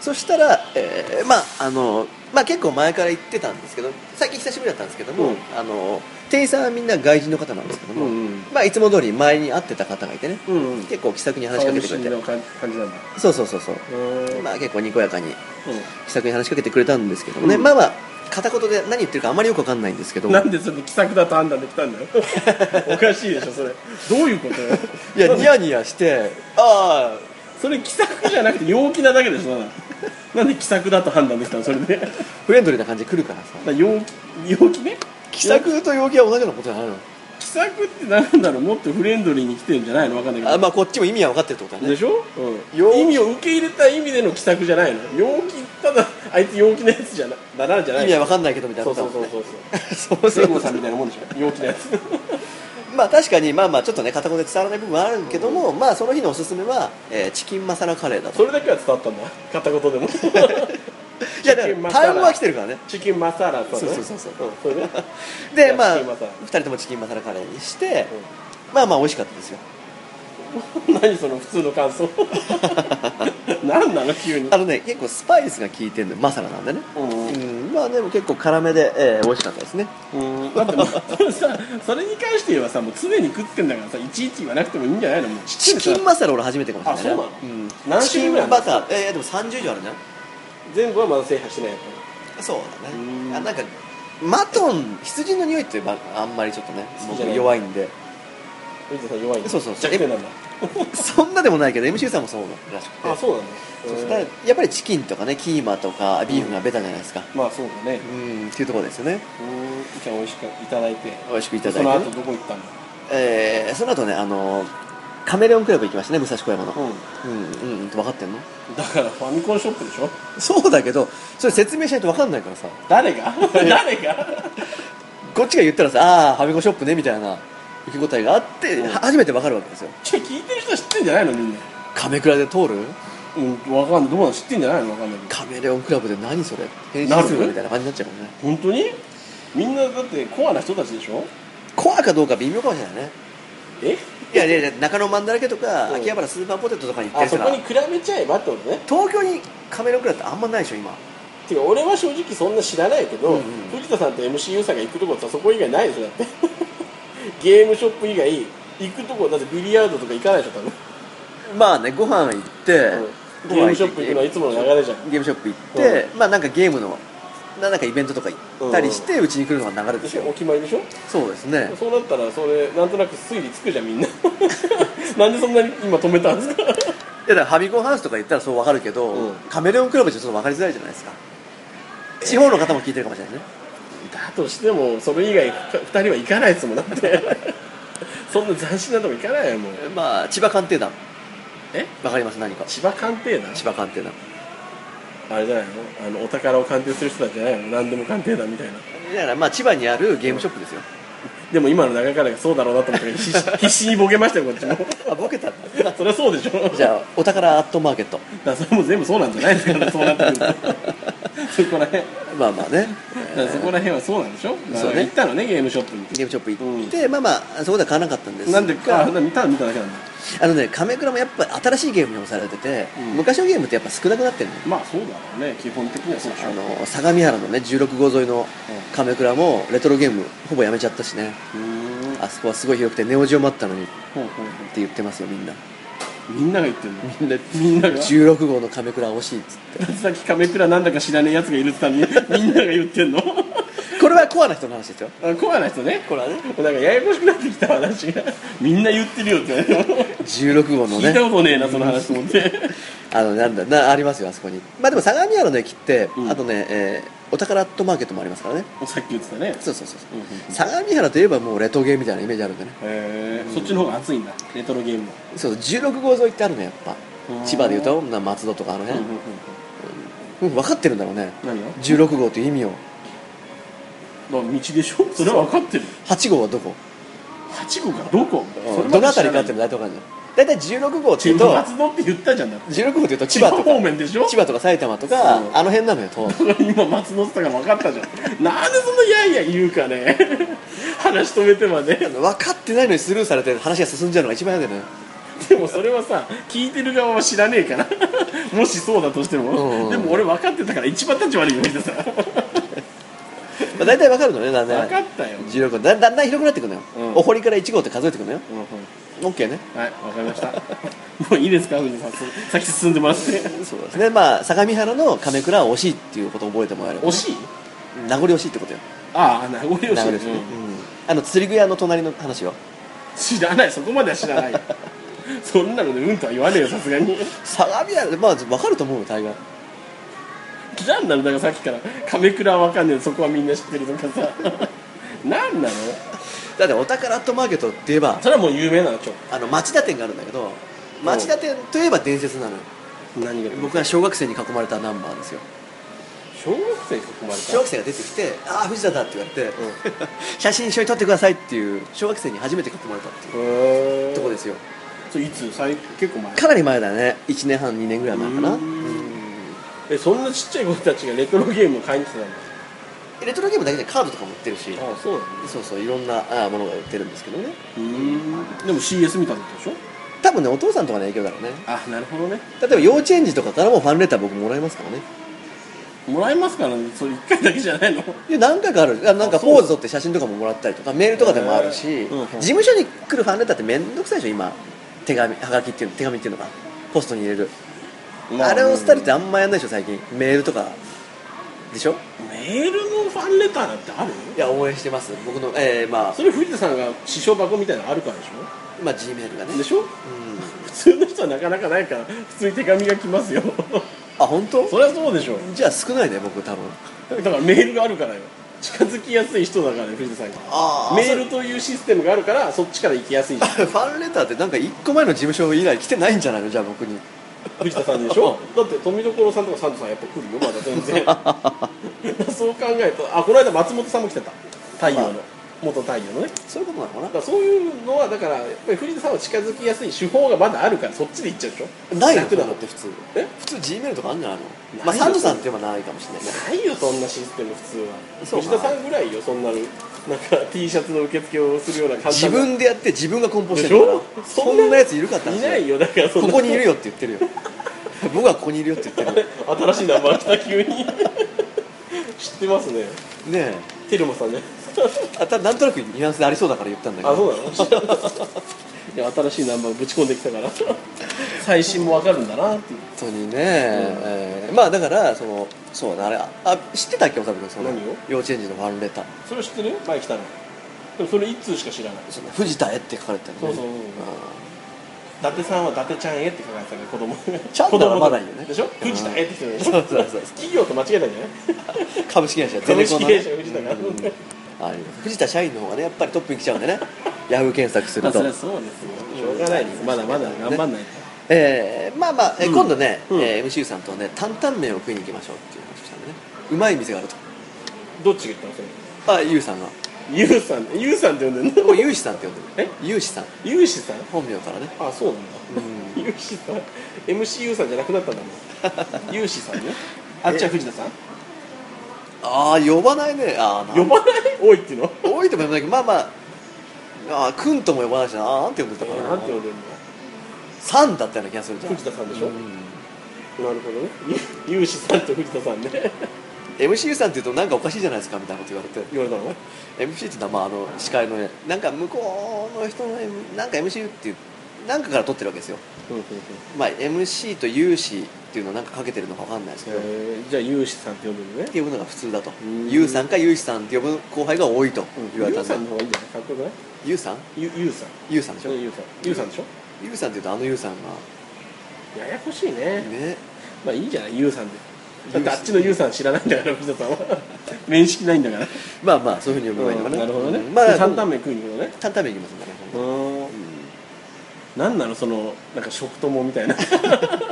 A: そしたら、えーまああのまあ結構前から行ってたんですけど最近久しぶりだったんですけども、
B: うん
A: あの店員さんはみんな外人の方なんですけども、
B: うんうん
A: まあ、いつも通り前に会ってた方がいてね、
B: うんうん
A: 結構気さくに話しかけてくれて
B: 顔見知りの感じなんだ
A: そうそうそうそう、
B: うん
A: まあ、結構にこやかに
B: う
A: 気さくに話しかけてくれたんですけどもね、
B: うん
A: まあまあ片言で何言ってるかあまりよくわかんないんですけど
B: んなんでそれで気さくだと判断できた んだよおかしいでしょそれどういうことよ
A: いやニヤニヤしてあ
B: それ気さくじゃなくて陽気なだけでしょただなんで気さくだと判断できたのそれ でだか
A: あフレンドリーな感じで来るからさ
B: ら陽気陽気ね
A: 気さくと陽気は同じようなことじゃないの
B: 気さくってなんだろうもっとフレンドリーに来てるんじゃないのわかんないけど
A: あまあこっちも意味は分かってるってことだ
B: で
A: ね
B: しょ、
A: 陽気
B: 意味を受け入れた意味での気さくじゃないの陽気ただあいつ陽気なやつじゃなだなじゃ
A: 意
B: ない
A: 味は分かんないけどみたい
B: そ
A: な
B: うそうそ
A: う
B: うそう
A: そうそう
B: 聖
A: そ
B: 子
A: う
B: さんみたいなもんでしょ陽気なやつ
A: まあ確かにまあまあちょっとね片言で伝わらない部分はあるけども、まあその日のおすすめは、えーチキンマサラカレーだと
B: それだけは伝わったんだ片言でも
A: いやだか
B: チキンマ
A: ら
B: サラ
A: 単語は来てるからね
B: チキンマサラとね
A: そうそうそうそうん
B: それね
A: でまあ
B: チキンマサラ
A: 2人ともチキンマサラカレーにして、まあまあ美味しかったですよ
B: 何その普通の感想 何なの急に
A: あのね結構スパイスが効いてるのマサラなんでね
B: うん
A: うんまあでも結構辛めで、えー美味しかったですね
B: うんだってもうさそれに関して言えばさもう常に食ってんだからさいちいち言わなくてもいいんじゃないのもう
A: チキンマサラ俺初めてかもしれないね
B: あそうなの
A: ん
B: 何
A: チ
B: 種
A: キ
B: 類
A: ン
B: ぐらいあるの
A: バターえー、でも30以上あるんじゃない
B: 全部はまだ制覇してないやっ
A: そうだ
B: う
A: ね
B: ん
A: あなんかマトン羊の匂いってばあんまりちょっとね
B: 好きじ
A: 僕
B: ゃない
A: 弱いんで
B: ぱり藤田さん弱いんだ
A: そうそうそう
B: 弱点なんだ
A: そんなでもないけど MC さんもそうらしくて
B: あそうなんだ
A: そう
B: へー
A: だからやっぱりチキンとかねキーマとかビーフがベタじゃないですか
B: まあそうだね
A: うん、っていうところですよね
B: うんじゃあ美味しくいただいて
A: 美味しくいただ
B: その
A: いて
B: 後
A: ね
B: どこ行ったんだ
A: えーその後ねあのカメレオンクラブ行きましたね武蔵小山の
B: う
A: うんうんうん分かってんの
B: んだからファミコンショップでしょ
A: そうだけどそれ説明しないと分かんないからさ
B: 誰が誰が
A: こっちが言ったらさああーファミコンショップねみたいな受け答えがあって、
B: うん
A: は初めて分かるわけですよ
B: ちょ聞いてる人は知ってんじゃないのみんな
A: 亀倉で通る
B: うんわかんないどうなの知ってんじゃないのわかんないけど
A: カメレオンクラブで何それ編
B: な
A: 集
B: る
A: するかみたいな感じになっちゃうからね
B: 本当にみんなだってコアな人たちでしょ
A: コアかどうか微妙かもしれないね
B: え
A: いやいやいや中野マンだらけとか、
B: うん
A: 秋葉原スーパーポテトとかに行って
B: あ
A: る
B: そ
A: 人
B: こ
A: が
B: に比べちゃえばってことね
A: 東京にカメレオンクラブってあんまないでしょ今
B: てか俺は正直そんな知らないけど、
A: うんうん
B: 藤田さんと MCU さんが行くとこさそこ以外ないでしょだって ゲームショップ以外行くとこだってビリヤードとか行かないでしょ多分、
A: まあねご飯行って、
B: うんゲームショップ行くのはいつもの流れじゃん
A: ゲームショップ行って、まあなんかゲームのななんかイベントとか行ったりしてうち、に来るのが流れ
B: で
A: です
B: し
A: よ
B: ょお決まりでしょ
A: そうですね
B: そうなったらそれなんとなく推理つくじゃんみんな なんでそんなに今止めたんですか
A: いやだからファミコンハウスとか行ったらそう分かるけど、
B: うん
A: カメレオンクラブじゃちょっと分かりづらいじゃないですか地方の方も聞いてるかもしれないね
B: だとしてもそれ以外2人は行かないですもんだって そんな斬新なとこ行かないよもう
A: まあ千葉鑑定団
B: え
A: 分かります何か
B: 千葉鑑定団
A: 千葉鑑定団
B: あれじゃないのあのお宝を鑑定する人たちじゃないの何でも鑑定団みたいな
A: だからまあ千葉にあるゲームショップですよ、
B: でも今の流れからそうだろうなと思ったけど必死 必死にボケましたよこっちも
A: あボケたんだ
B: そりゃそうでしょ
A: じゃあお宝アットマーケット
B: だからそれも全部そうなんじゃないですかねそうなってく るとそこら辺だ
A: まあまあね
B: からそこら辺はそうなんでしょだか
A: そう
B: ら
A: ね
B: 行ったのねゲームショップに
A: ゲームショップ行って、まあまあそこでは買わなかったんです
B: なんでかあ
A: か
B: なんただ見ただけなんだ
A: あのね亀倉もやっぱ新しいゲームに押されてて、
B: うん
A: 昔のゲームってやっぱ少なくなってるの
B: まあそうだろうね基本的にはそうでしょ
A: あの相模原のね16号沿いの亀倉もレトロゲームほぼやめちゃったしね
B: うーん
A: あそこはすごい広くてネオジオもあったのにって
B: ほうほうほ
A: 言ってますよみんな
B: うみんなが言ってんの
A: みんな
B: みんなが
A: 16号の亀倉惜しいっつって
B: さっき亀倉なんだか知らねえやつがいるって たのにみんなが言ってんの
A: これはコアな人の話ですよ
B: あコアな人ね
A: これはね
B: なんかややこしくなってきた話がみんな言ってるよって言われて
A: 16号の
B: 聞い
A: ね
B: たことねえなその話と思って
A: あのなんだなありますよあそこにまあでも相模原の駅って、
B: うん
A: あとね、えーお宝アットマーケットもありますからね
B: さっき言ってたね
A: そうそうそうそう
B: うんうん
A: 相模原といえばもうレトゲーみたいなイメージあるんでね
B: へえそっちの方が熱いんだレトロゲームの
A: そう16号沿いってあるのやっぱ
B: うん
A: 千葉でいうとな松戸とかあの辺、
B: うんうんうん
A: うん分かってるんだろうね
B: 何が
A: 16号という意味を
B: 道でしょそれは分かってる
A: 8号はどこ
B: 八号がどこ
A: うんどの辺りかっていう
B: る
A: の大体分かんない大体16号って
B: 千
A: いうと
B: 葉松戸って言ったじゃんだって
A: 16号っていうと千
B: 千
A: 葉
B: 葉
A: とか
B: 方面でしょ
A: 千葉とか埼玉とかあ
B: そう
A: の辺なのよと
B: 今松野って言ったから分かったじゃんなんでそんなやいやい言うかね話止めてまで
A: 分かってないのにスルーされて話が進んじゃうのが一番嫌だよね
B: でもそれはさ聞いてる側は知らねえからもしそうだとしても、
A: うんうん
B: でも俺分かってたから一番立ち悪いよ藤田さん
A: まあ大体分かるのねだんだ
B: 分
A: ん
B: かったよ、
A: 16号だだんだん広くなってくのよ、
B: うん
A: お堀から1号って数えてくのよ
B: うんうん
A: OK ね
B: はい分かりましたもういいですか藤田さんす先進んでもらって
A: そうですねまあ相模原の亀倉は惜しいっていうことを覚えてもらえれば
B: 惜しい
A: 名残惜しいってことよ
B: ああ名残惜しい
A: 名残惜しいね、うんあの釣り具屋の隣の話よ
B: 知らないそこまでは知らないよそんなのでうんとは言わねえよさすがに
A: 相模原でまあ分かると思うよ大概
B: 何なのだからさっきから亀倉は分かんねえそこはみんな知ってるとかさ 何なの
A: だってお宝アットマーケットって言えば
B: それはもう有名なのちょ
A: あの町田店があるんだけど町田店といえば伝説なのよ
B: 何が
A: 僕は小学生に囲まれたナンバーですよ
B: 小学生に囲まれた
A: 小学生が出てきて「ああ藤田だ」って言われて、 写真一緒に撮ってくださいっていう小学生に初めて囲まれたっていう
B: へえ
A: とこですよ
B: それいつ最結構前
A: かなり前だね1年半2年ぐらい前かな
B: うーんえそんなちっちゃい子たちがレトロゲームを買いに来てたんだ
A: レトロゲームだけでカードとかも売ってるし
B: あそうなんだ
A: そうそういろんなあーものが売ってるんですけどね
B: うーんでも CS 見たんでしょ
A: 多分ねお父さんとかの影響だろうね
B: あなるほどね
A: 例えば幼稚園児とかからもファンレター僕もらいますからね
B: もらえますからねそれ一回だけじゃ ないの
A: いや何回かあるあなんか
B: あそう
A: ポーズ取って写真とかももらったりとかメールとかでもあるし、
B: へーうんうん
A: 事務所に来るファンレターって面倒くさいでしょ今手紙はがきっていうの手紙っていうのがポストに入れる、あ、れをスタイルってあんまやんないでしょ最近メールとかでしょ
B: メールのファンレターなんてある
A: いや応援してます僕のえー、まあ
B: それ藤田さんが師匠箱みたいなのあるからでし
A: まあ G メールが
B: ょで
A: ね
B: しょ
A: うん
B: 普通の人はなかなかないから普通に手紙が来ますよ
A: あ本当
B: そりゃそうでしょ
A: じゃあ少ないね僕多分
B: だからメールがあるからよ近づきやすい人だからね藤田さんが
A: あ
B: メールというシステムがあるからそっちから行きや すいじゃん
A: ファンレターってなんか1個前の事務所以来来てないんじゃないのじゃあ僕に
B: 藤田さんでしょだって富所さんとかサンドさんやっぱ来る よまだ全然 そう考えるとあこの間松本さんも来てた太陽の、
A: まあ
B: 元太陽のね
A: そういうことなのかな
B: だからそういうのはだからやっぱり藤田さんは近づきやすい手法がまだあるからそっちで行っちゃうでしょ
A: ないの
B: 楽な
A: だ
B: の
A: っ
B: って
A: て普通
B: え
A: 普通 G メールとかあるんじゃないの
B: ない
A: まあ
B: よ
A: サンドさんっていうのはないかもしれないね
B: ないよそんなシステム普通は
A: そうか
B: 藤田さんぐらいよそんなのなんか T シャツの受付をするような簡単
A: 自
B: な
A: 分でやって自分が梱包して
B: でし
A: るから
B: ょ
A: そんなやついるかって話
B: いないよだからそん
A: こ
B: な
A: こにいるよって言ってるよ僕はここにいるよって言ってる
B: 新しい名前来た急に知ってますね
A: ね
B: テルマさんね
A: えあたなんとなくニュアンスでありそうだから言ったんだけ
B: あ
A: ど
B: そうなのいや新しいナンバーぶち込んできたから最新もわかるんだなっていう
A: 本当にね、えーまあだからそのそうだねあれああ知ってたっけおさぶ君その
B: 何を
A: 幼稚園児のファンレター
B: それ知ってる前来たのでもそれ一通しか知らない
A: その藤田へって書かれてたよね
B: そうそうそう伊達さんは伊達ちゃんへって書かれてたから子供
A: ちゃん
B: 子
A: なら
B: 供
A: まだいいよね
B: でしょ藤田へって来てるでしょ
A: そうそうそう
B: 企業と間違えたんじゃない
A: うん株式会社
B: 株式会社
A: ゼネコンのね
B: 藤田が
A: うんあります藤田社員の方がねやっぱりトップに来ちゃうんで ねヤフー検索すると
B: まあそりゃそうですよしょうがないですまだまだ頑張んないと
A: えーまあまあ、えー
B: うん
A: 今度ね、
B: うん
A: えー MCU さんとね担々麺を食いに行きましょうっていう話をしたんでねうまい店があると
B: どっちが言ったのそれ
A: あゆうさんが
B: ゆうさんゆうさんって呼んでんの
A: もうゆうしさんって呼んでるゆうしさん
B: ゆうしさん
A: 本名からね
B: あそうなんだゆうしさん MCU さんじゃなくなったんだもんゆうしさんねあっちは藤田さん
A: ああ呼ばないねああ
B: 呼ばない多いっていうの
A: 多いとも呼ばないけどまあまあああくんとも呼ばないしなあーなんて呼んでたかな
B: なんて呼んでんの
A: さんだったような気がするじゃん
B: 藤田さんでしょ、
A: うん
B: なるほどねゆうしさんと藤田さんね
A: MCU さんって言うとなんかおかしいじゃないですかみたいなこと言われて
B: 言われたのね
A: MC ってのはまああの司会のねなんか向こうの人の M なんか MCU っていうなんかから取ってるわけですよ
B: うんうんうん
A: まあ MC と有志っていうのをなんかかけてるのかわかんないですけど、っ
B: えーじゃあゆうしさんって呼んでるのね
A: て呼ぶのが普通だと
B: ん
A: 有さんか有志さんって呼ぶ後輩が多いと言われた
B: ゆうん
A: で
B: さんの方がいいんじゃないかっこよくない
A: 有さん
B: ゆゆうさん
A: 有さんでしょ
B: ゆうさんゆうさんでしょ
A: 有さんって言うとあの有さん
B: ややこしい
A: が
B: ね
A: ね
B: まあいいんじゃないゆうさんでだ
A: ゆう
B: って
A: さん
B: あっちのゆうさん知らないんだ から藤田さんは面識ないんだから
A: まあまあそういうふうに呼ぶのがいいのかな、
B: なるほどね、
A: うんま
B: ま
A: あ
B: あ、担々麺食いに行くのね
A: 担々麺いきますんでね、
B: うん
A: う
B: なんなのそのなんか食友みたいな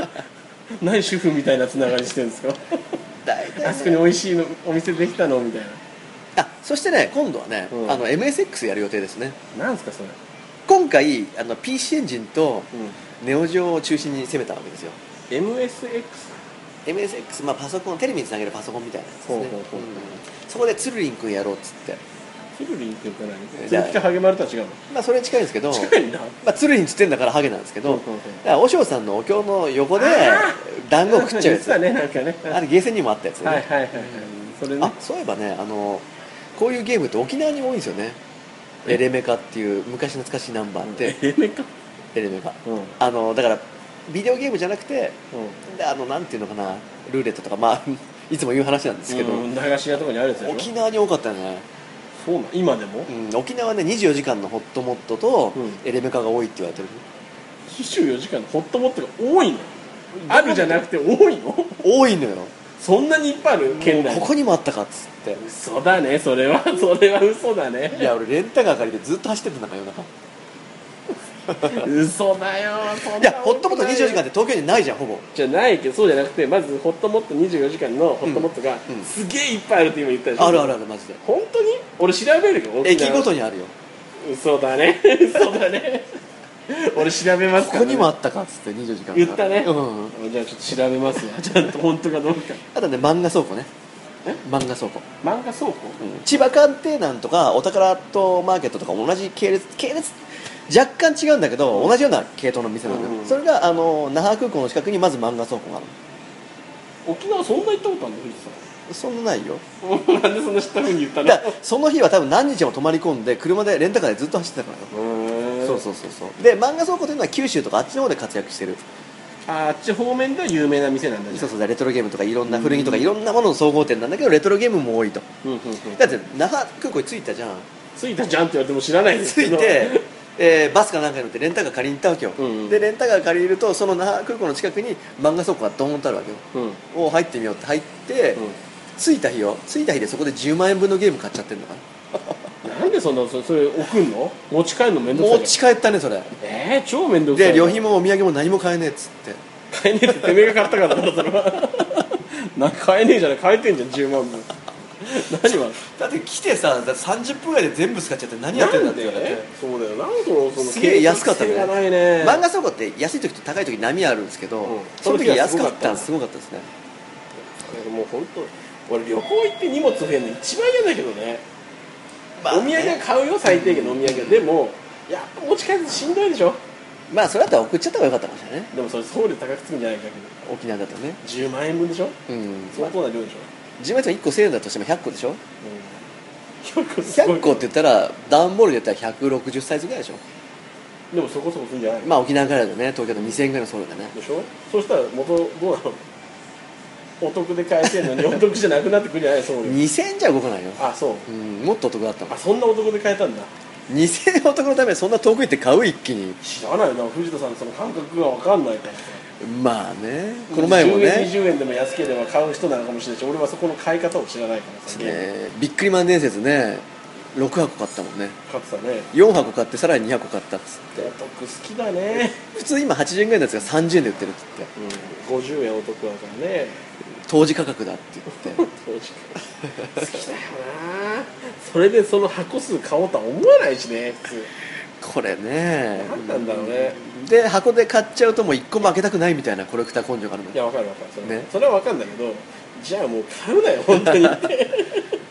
B: 何主婦みたいなつながりしてるんで すか
A: ん、大体、ね、
B: あそこに美味しいのお店できたのみたい
A: あそしてね今度はね、
B: うん
A: あの MSX やる予定ですね
B: ななんですかそれ、
A: 今回あの PC エンジンとネオジオを中心に攻めたわけですよ
B: MSX
A: MSX、まあ、パソコンテレビにつなげるパソコンみたいなやつですね
B: ほうほうほう
A: うんそこでつるりんくんやろうっつって、
B: フルリンっていうか何
A: え
B: 鈴木とハゲマルとは違うの
A: まあ、それに近いんですけど
B: 近いな
A: まあ、つるりんっつってんだからハゲなんですけど、
B: ほうほうほう
A: だから和尚さんのお経の横で
B: あ
A: 団子を食っちゃ うやつ、
B: だねなんかね
A: あれゲーセンにもあったやつね、
B: はいはいはいはいそれね
A: あそういえばねあのこういうゲームって沖縄に多いんですよね
B: え
A: エレメカっていう昔懐かしいナンバー って、
B: えめか
A: エレメカ
B: うんうん
A: あのだからビデオゲームじゃなくてであのなんていうのかなルーレットとかまあ いつも言う話なんですけど、
B: うん駄菓子屋とかにあるやつでしょ
A: 沖縄に多かったよね、
B: そうなん今でも
A: うん、沖縄はね24時間のホットモットと
B: うん
A: エレメカが多いって言われてる、
B: 24時間のホットモットが多いのあるじゃなくて多いの
A: 多いのよ
B: そんなにいっぱいある県内
A: ここにもあったかっつって
B: 嘘だねそれは それは嘘だね
A: いや俺レンタカー借りてずっと走ってたんだから夜中
B: 嘘だよそんない
A: やホットモット24時間って東京にないじゃんほぼ
B: じゃないけどそうじゃなくてまずホットモット24時間のホットモットが、
A: うんうん
B: すげえいっぱいあるって今言ったでしょ
A: あるあるあるマジで
B: 本当に俺調べるよ沖
A: 駅
B: 縄
A: ごとにあるよ
B: 嘘だね 嘘だね俺調べます
A: こ
B: から、ね、
A: こにもあったかっつって24時間から
B: 言ったね、
A: うん、
B: じゃあちょっと調べます わちゃんと本当かどうか
A: あとね漫画倉庫ね
B: え
A: 漫画倉庫、
B: 漫画倉庫
A: うん千葉鑑定団とかお宝とマーケットとか同じ系列系列若干違うんだけど同じような系統の店なんだよ、
B: うん
A: それがあの那覇空港の近くにまず漫画倉庫がある
B: 沖縄そんな行ったことあるの藤
A: そんなないよ
B: 田さん なんでそんな知ったふうに言ったの
A: だからその日は多分何日も泊まり込んで車でレンタカーでずっと走ってたからよ
B: へー
A: そうそうそうそうで漫画倉庫というのは九州とかあっちの方で活躍してる
B: ああっち方面では有名な店なんだね
A: そうそうレトロゲームとかいろんな古着とかいろんなものの総合店なんだけどレトロゲームも多いと
B: うんうんうん
A: だって那覇空港に着いたじゃん
B: 着いたじゃんって言われても知らないです
A: 着
B: け
A: い
B: ど
A: て、えーバスかなんかに乗ってレンタカー借りに行ったわけよ、
B: うんうん
A: でレンタカー借りるとその那覇空港の近くに漫画倉庫がドーンとあるわけよ
B: うん、うん、
A: お入ってみようって入って、着いた日よ着いた日でそこで10万円分のゲーム買っちゃってんだか
B: なんでそんなそそれ置くんの持ち帰るの面
A: ら
B: 倒くさい
A: 持ち帰ったねそれ
B: えー、超面倒くさい
A: で旅費もお土産も何も買えねえっつって
B: 買えねえっててめえが買ったからだろそれはな買えねえじゃない買えてんじゃん10万分何は
A: だって来てさだって30分ぐらいで全部使っちゃって何やってんだ
B: な
A: っ
B: ん
A: て
B: で
A: 言われて
B: そうだよなんそのその
A: すげえ安かったね
B: 計画性がないね
A: 漫画倉庫って安い時と高い時波あるんですけど、
B: うん
A: その時安かったん
B: そ
A: すごかったですね
B: もう本当俺旅行行って荷物増えるの一番嫌だけどね,、
A: まあ
B: お土産は買うよ最低限のお土産はでもやっぱ持ち帰るとしんどいでしょ
A: まあそれだったら送っちゃった方が良かったかもしれないね
B: でもそれ送料高くつくんじゃないかけ
A: 沖縄だとね
B: ど10万円分でしょ
A: うん
B: 相当な量でしょ、
A: 10万円とか1個1000円だとしても100個でしょ
B: うん、100個すごい
A: 100個って言ったら段ボールで言ったら160サイズぐらいでしょ
B: でもそこそこするんじゃないの、
A: まあ沖縄からだとね東京の2000円ぐらいの送料だね
B: でしょそしたら元どうなのお得で返せるの にお得じゃなくなってくるじゃない送料
A: 2000円じゃ動かないよ、
B: あそう
A: うん、もっとお得だった
B: あ
A: わ
B: そんなお得で買えたんだ
A: 2000円お得のためにそんな遠く行って買う一気に
B: 知らないよな藤田さんその感覚が分かんないからさ
A: まあねこの前もね
B: 10円20円でも安ければ買う人なのかもしれないし俺はそこの買い方を知らないからさ、
A: ねビックリマン伝説ね6箱買ったもんね
B: 買ってたね
A: 4箱買ってさらに2箱買ったっつって
B: お得好きだね、
A: 普通今80円ぐらいのやつが30円で売ってるっつって
B: うん、50円お得だからね
A: 当時価格だって言って
B: 正直好きだよなそれでその箱数買おうとは思わないしね普通
A: これね
B: 何なんだろうね
A: で箱で買っちゃうともう1個も開けたくないみたいなコレクター根性があるの
B: いや分かる分かるそれ,、
A: ね
B: それは分かるんだけどじゃあもう買うなよ本当に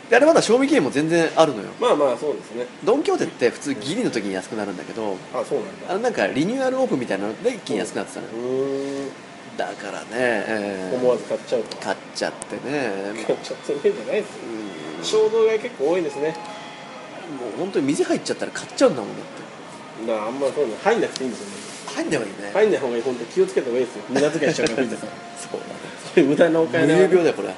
A: であれまだ賞味期限も全然あるのよ
B: まあまあそうですね
A: ドン・キホーテって普通ギリの時に安くなるんだけど
B: あそうなん
A: あ
B: だ
A: のなんかリニューアルオープンみたいなので一気に安くなってたのよ
B: うーん
A: だからね、えー
B: 思わず買っちゃうと
A: 買っちゃってね
B: 買っちゃってねえじゃないですよ
A: うん
B: 衝動買い結構多いですね
A: もう本当に店入っちゃったら買っちゃうんだもんだっ
B: だからあんまそういうの入んなくていいんですよね
A: て入んないわけね、
B: 入んない方がいい本当気をつけた方がいいですよ無駄遣いしちゃうから藤田さん
A: そう
B: そ れ無駄なお
A: だ
B: 金
A: ね
B: は
A: 無病だよこれ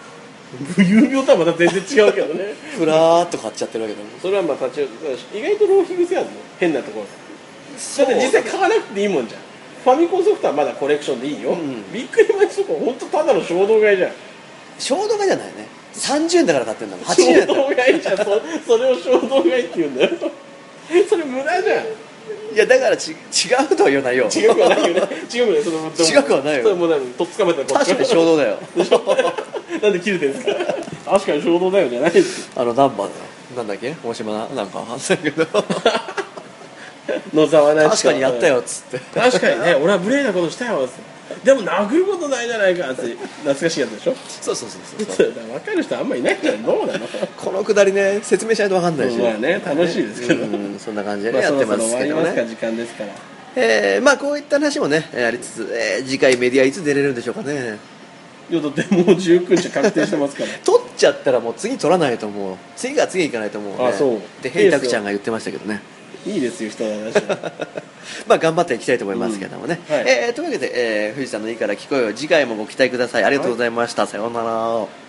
B: 無遊病とはまた全然違うけどね
A: ふらーっと買っちゃってるわけだもん
B: それはまあ立ち寄意外と浪費癖あるの変なところだって実際買わなくていいもんじゃんファミコンソフトはまだコレクションでいいよ、
A: うん
B: ビックリマンチとか本当ただの衝動買いじゃん
A: 衝動買いじゃないよね30円だから買ってんだもん8円だ
B: 衝
A: ったら
B: 動買いじゃんそ それを衝動買いって言うんだよ それ無駄じゃん
A: いやだからち違うとは言わないよ
B: 違くはないよね違くはないその
A: 違くはないよ
B: それもうなんかとっつかめたらこっち
A: 確かに 衝動だよ
B: なんで切れてるんですか確かに衝動だよじゃないです
A: あのナンバーだよなんだっけ大島なんか忘れたけ ど確
B: 野沢な
A: かにやったよっつって
B: 確かにね俺は無礼なことしたよっつってでも殴ることないじゃないかって懐かしいやつでしょ
A: そうそうそうそう
B: そうだ分かる人あんまいないじゃんどうなの
A: このくだりね説明しないと分かんないし、
B: まあね楽しいですけど
A: うんそんな感じでね、
B: まあ
A: や
B: そ
A: っ
B: ろ
A: てま
B: そろ
A: す
B: 終わ
A: け
B: り
A: ど
B: ますか
A: ね
B: 時間ですから
A: えーまあこういった話もねえーありつつ、えー次回メディアいつ出れるんでしょうかね
B: いやだってもう19日確定してますから
A: 取っちゃったらもう次取らないと思う次が次行かないと思う、ね、
B: あそう
A: でヘイタクちゃんが言ってましたけどね
B: いいですよ人の話は
A: まあ頑張っていきたいと思いますけどもね、
B: うんはい
A: えーというわけで、えー、富士山のいいから聞こえよ次回もご期待くださいありがとうございました、さようなら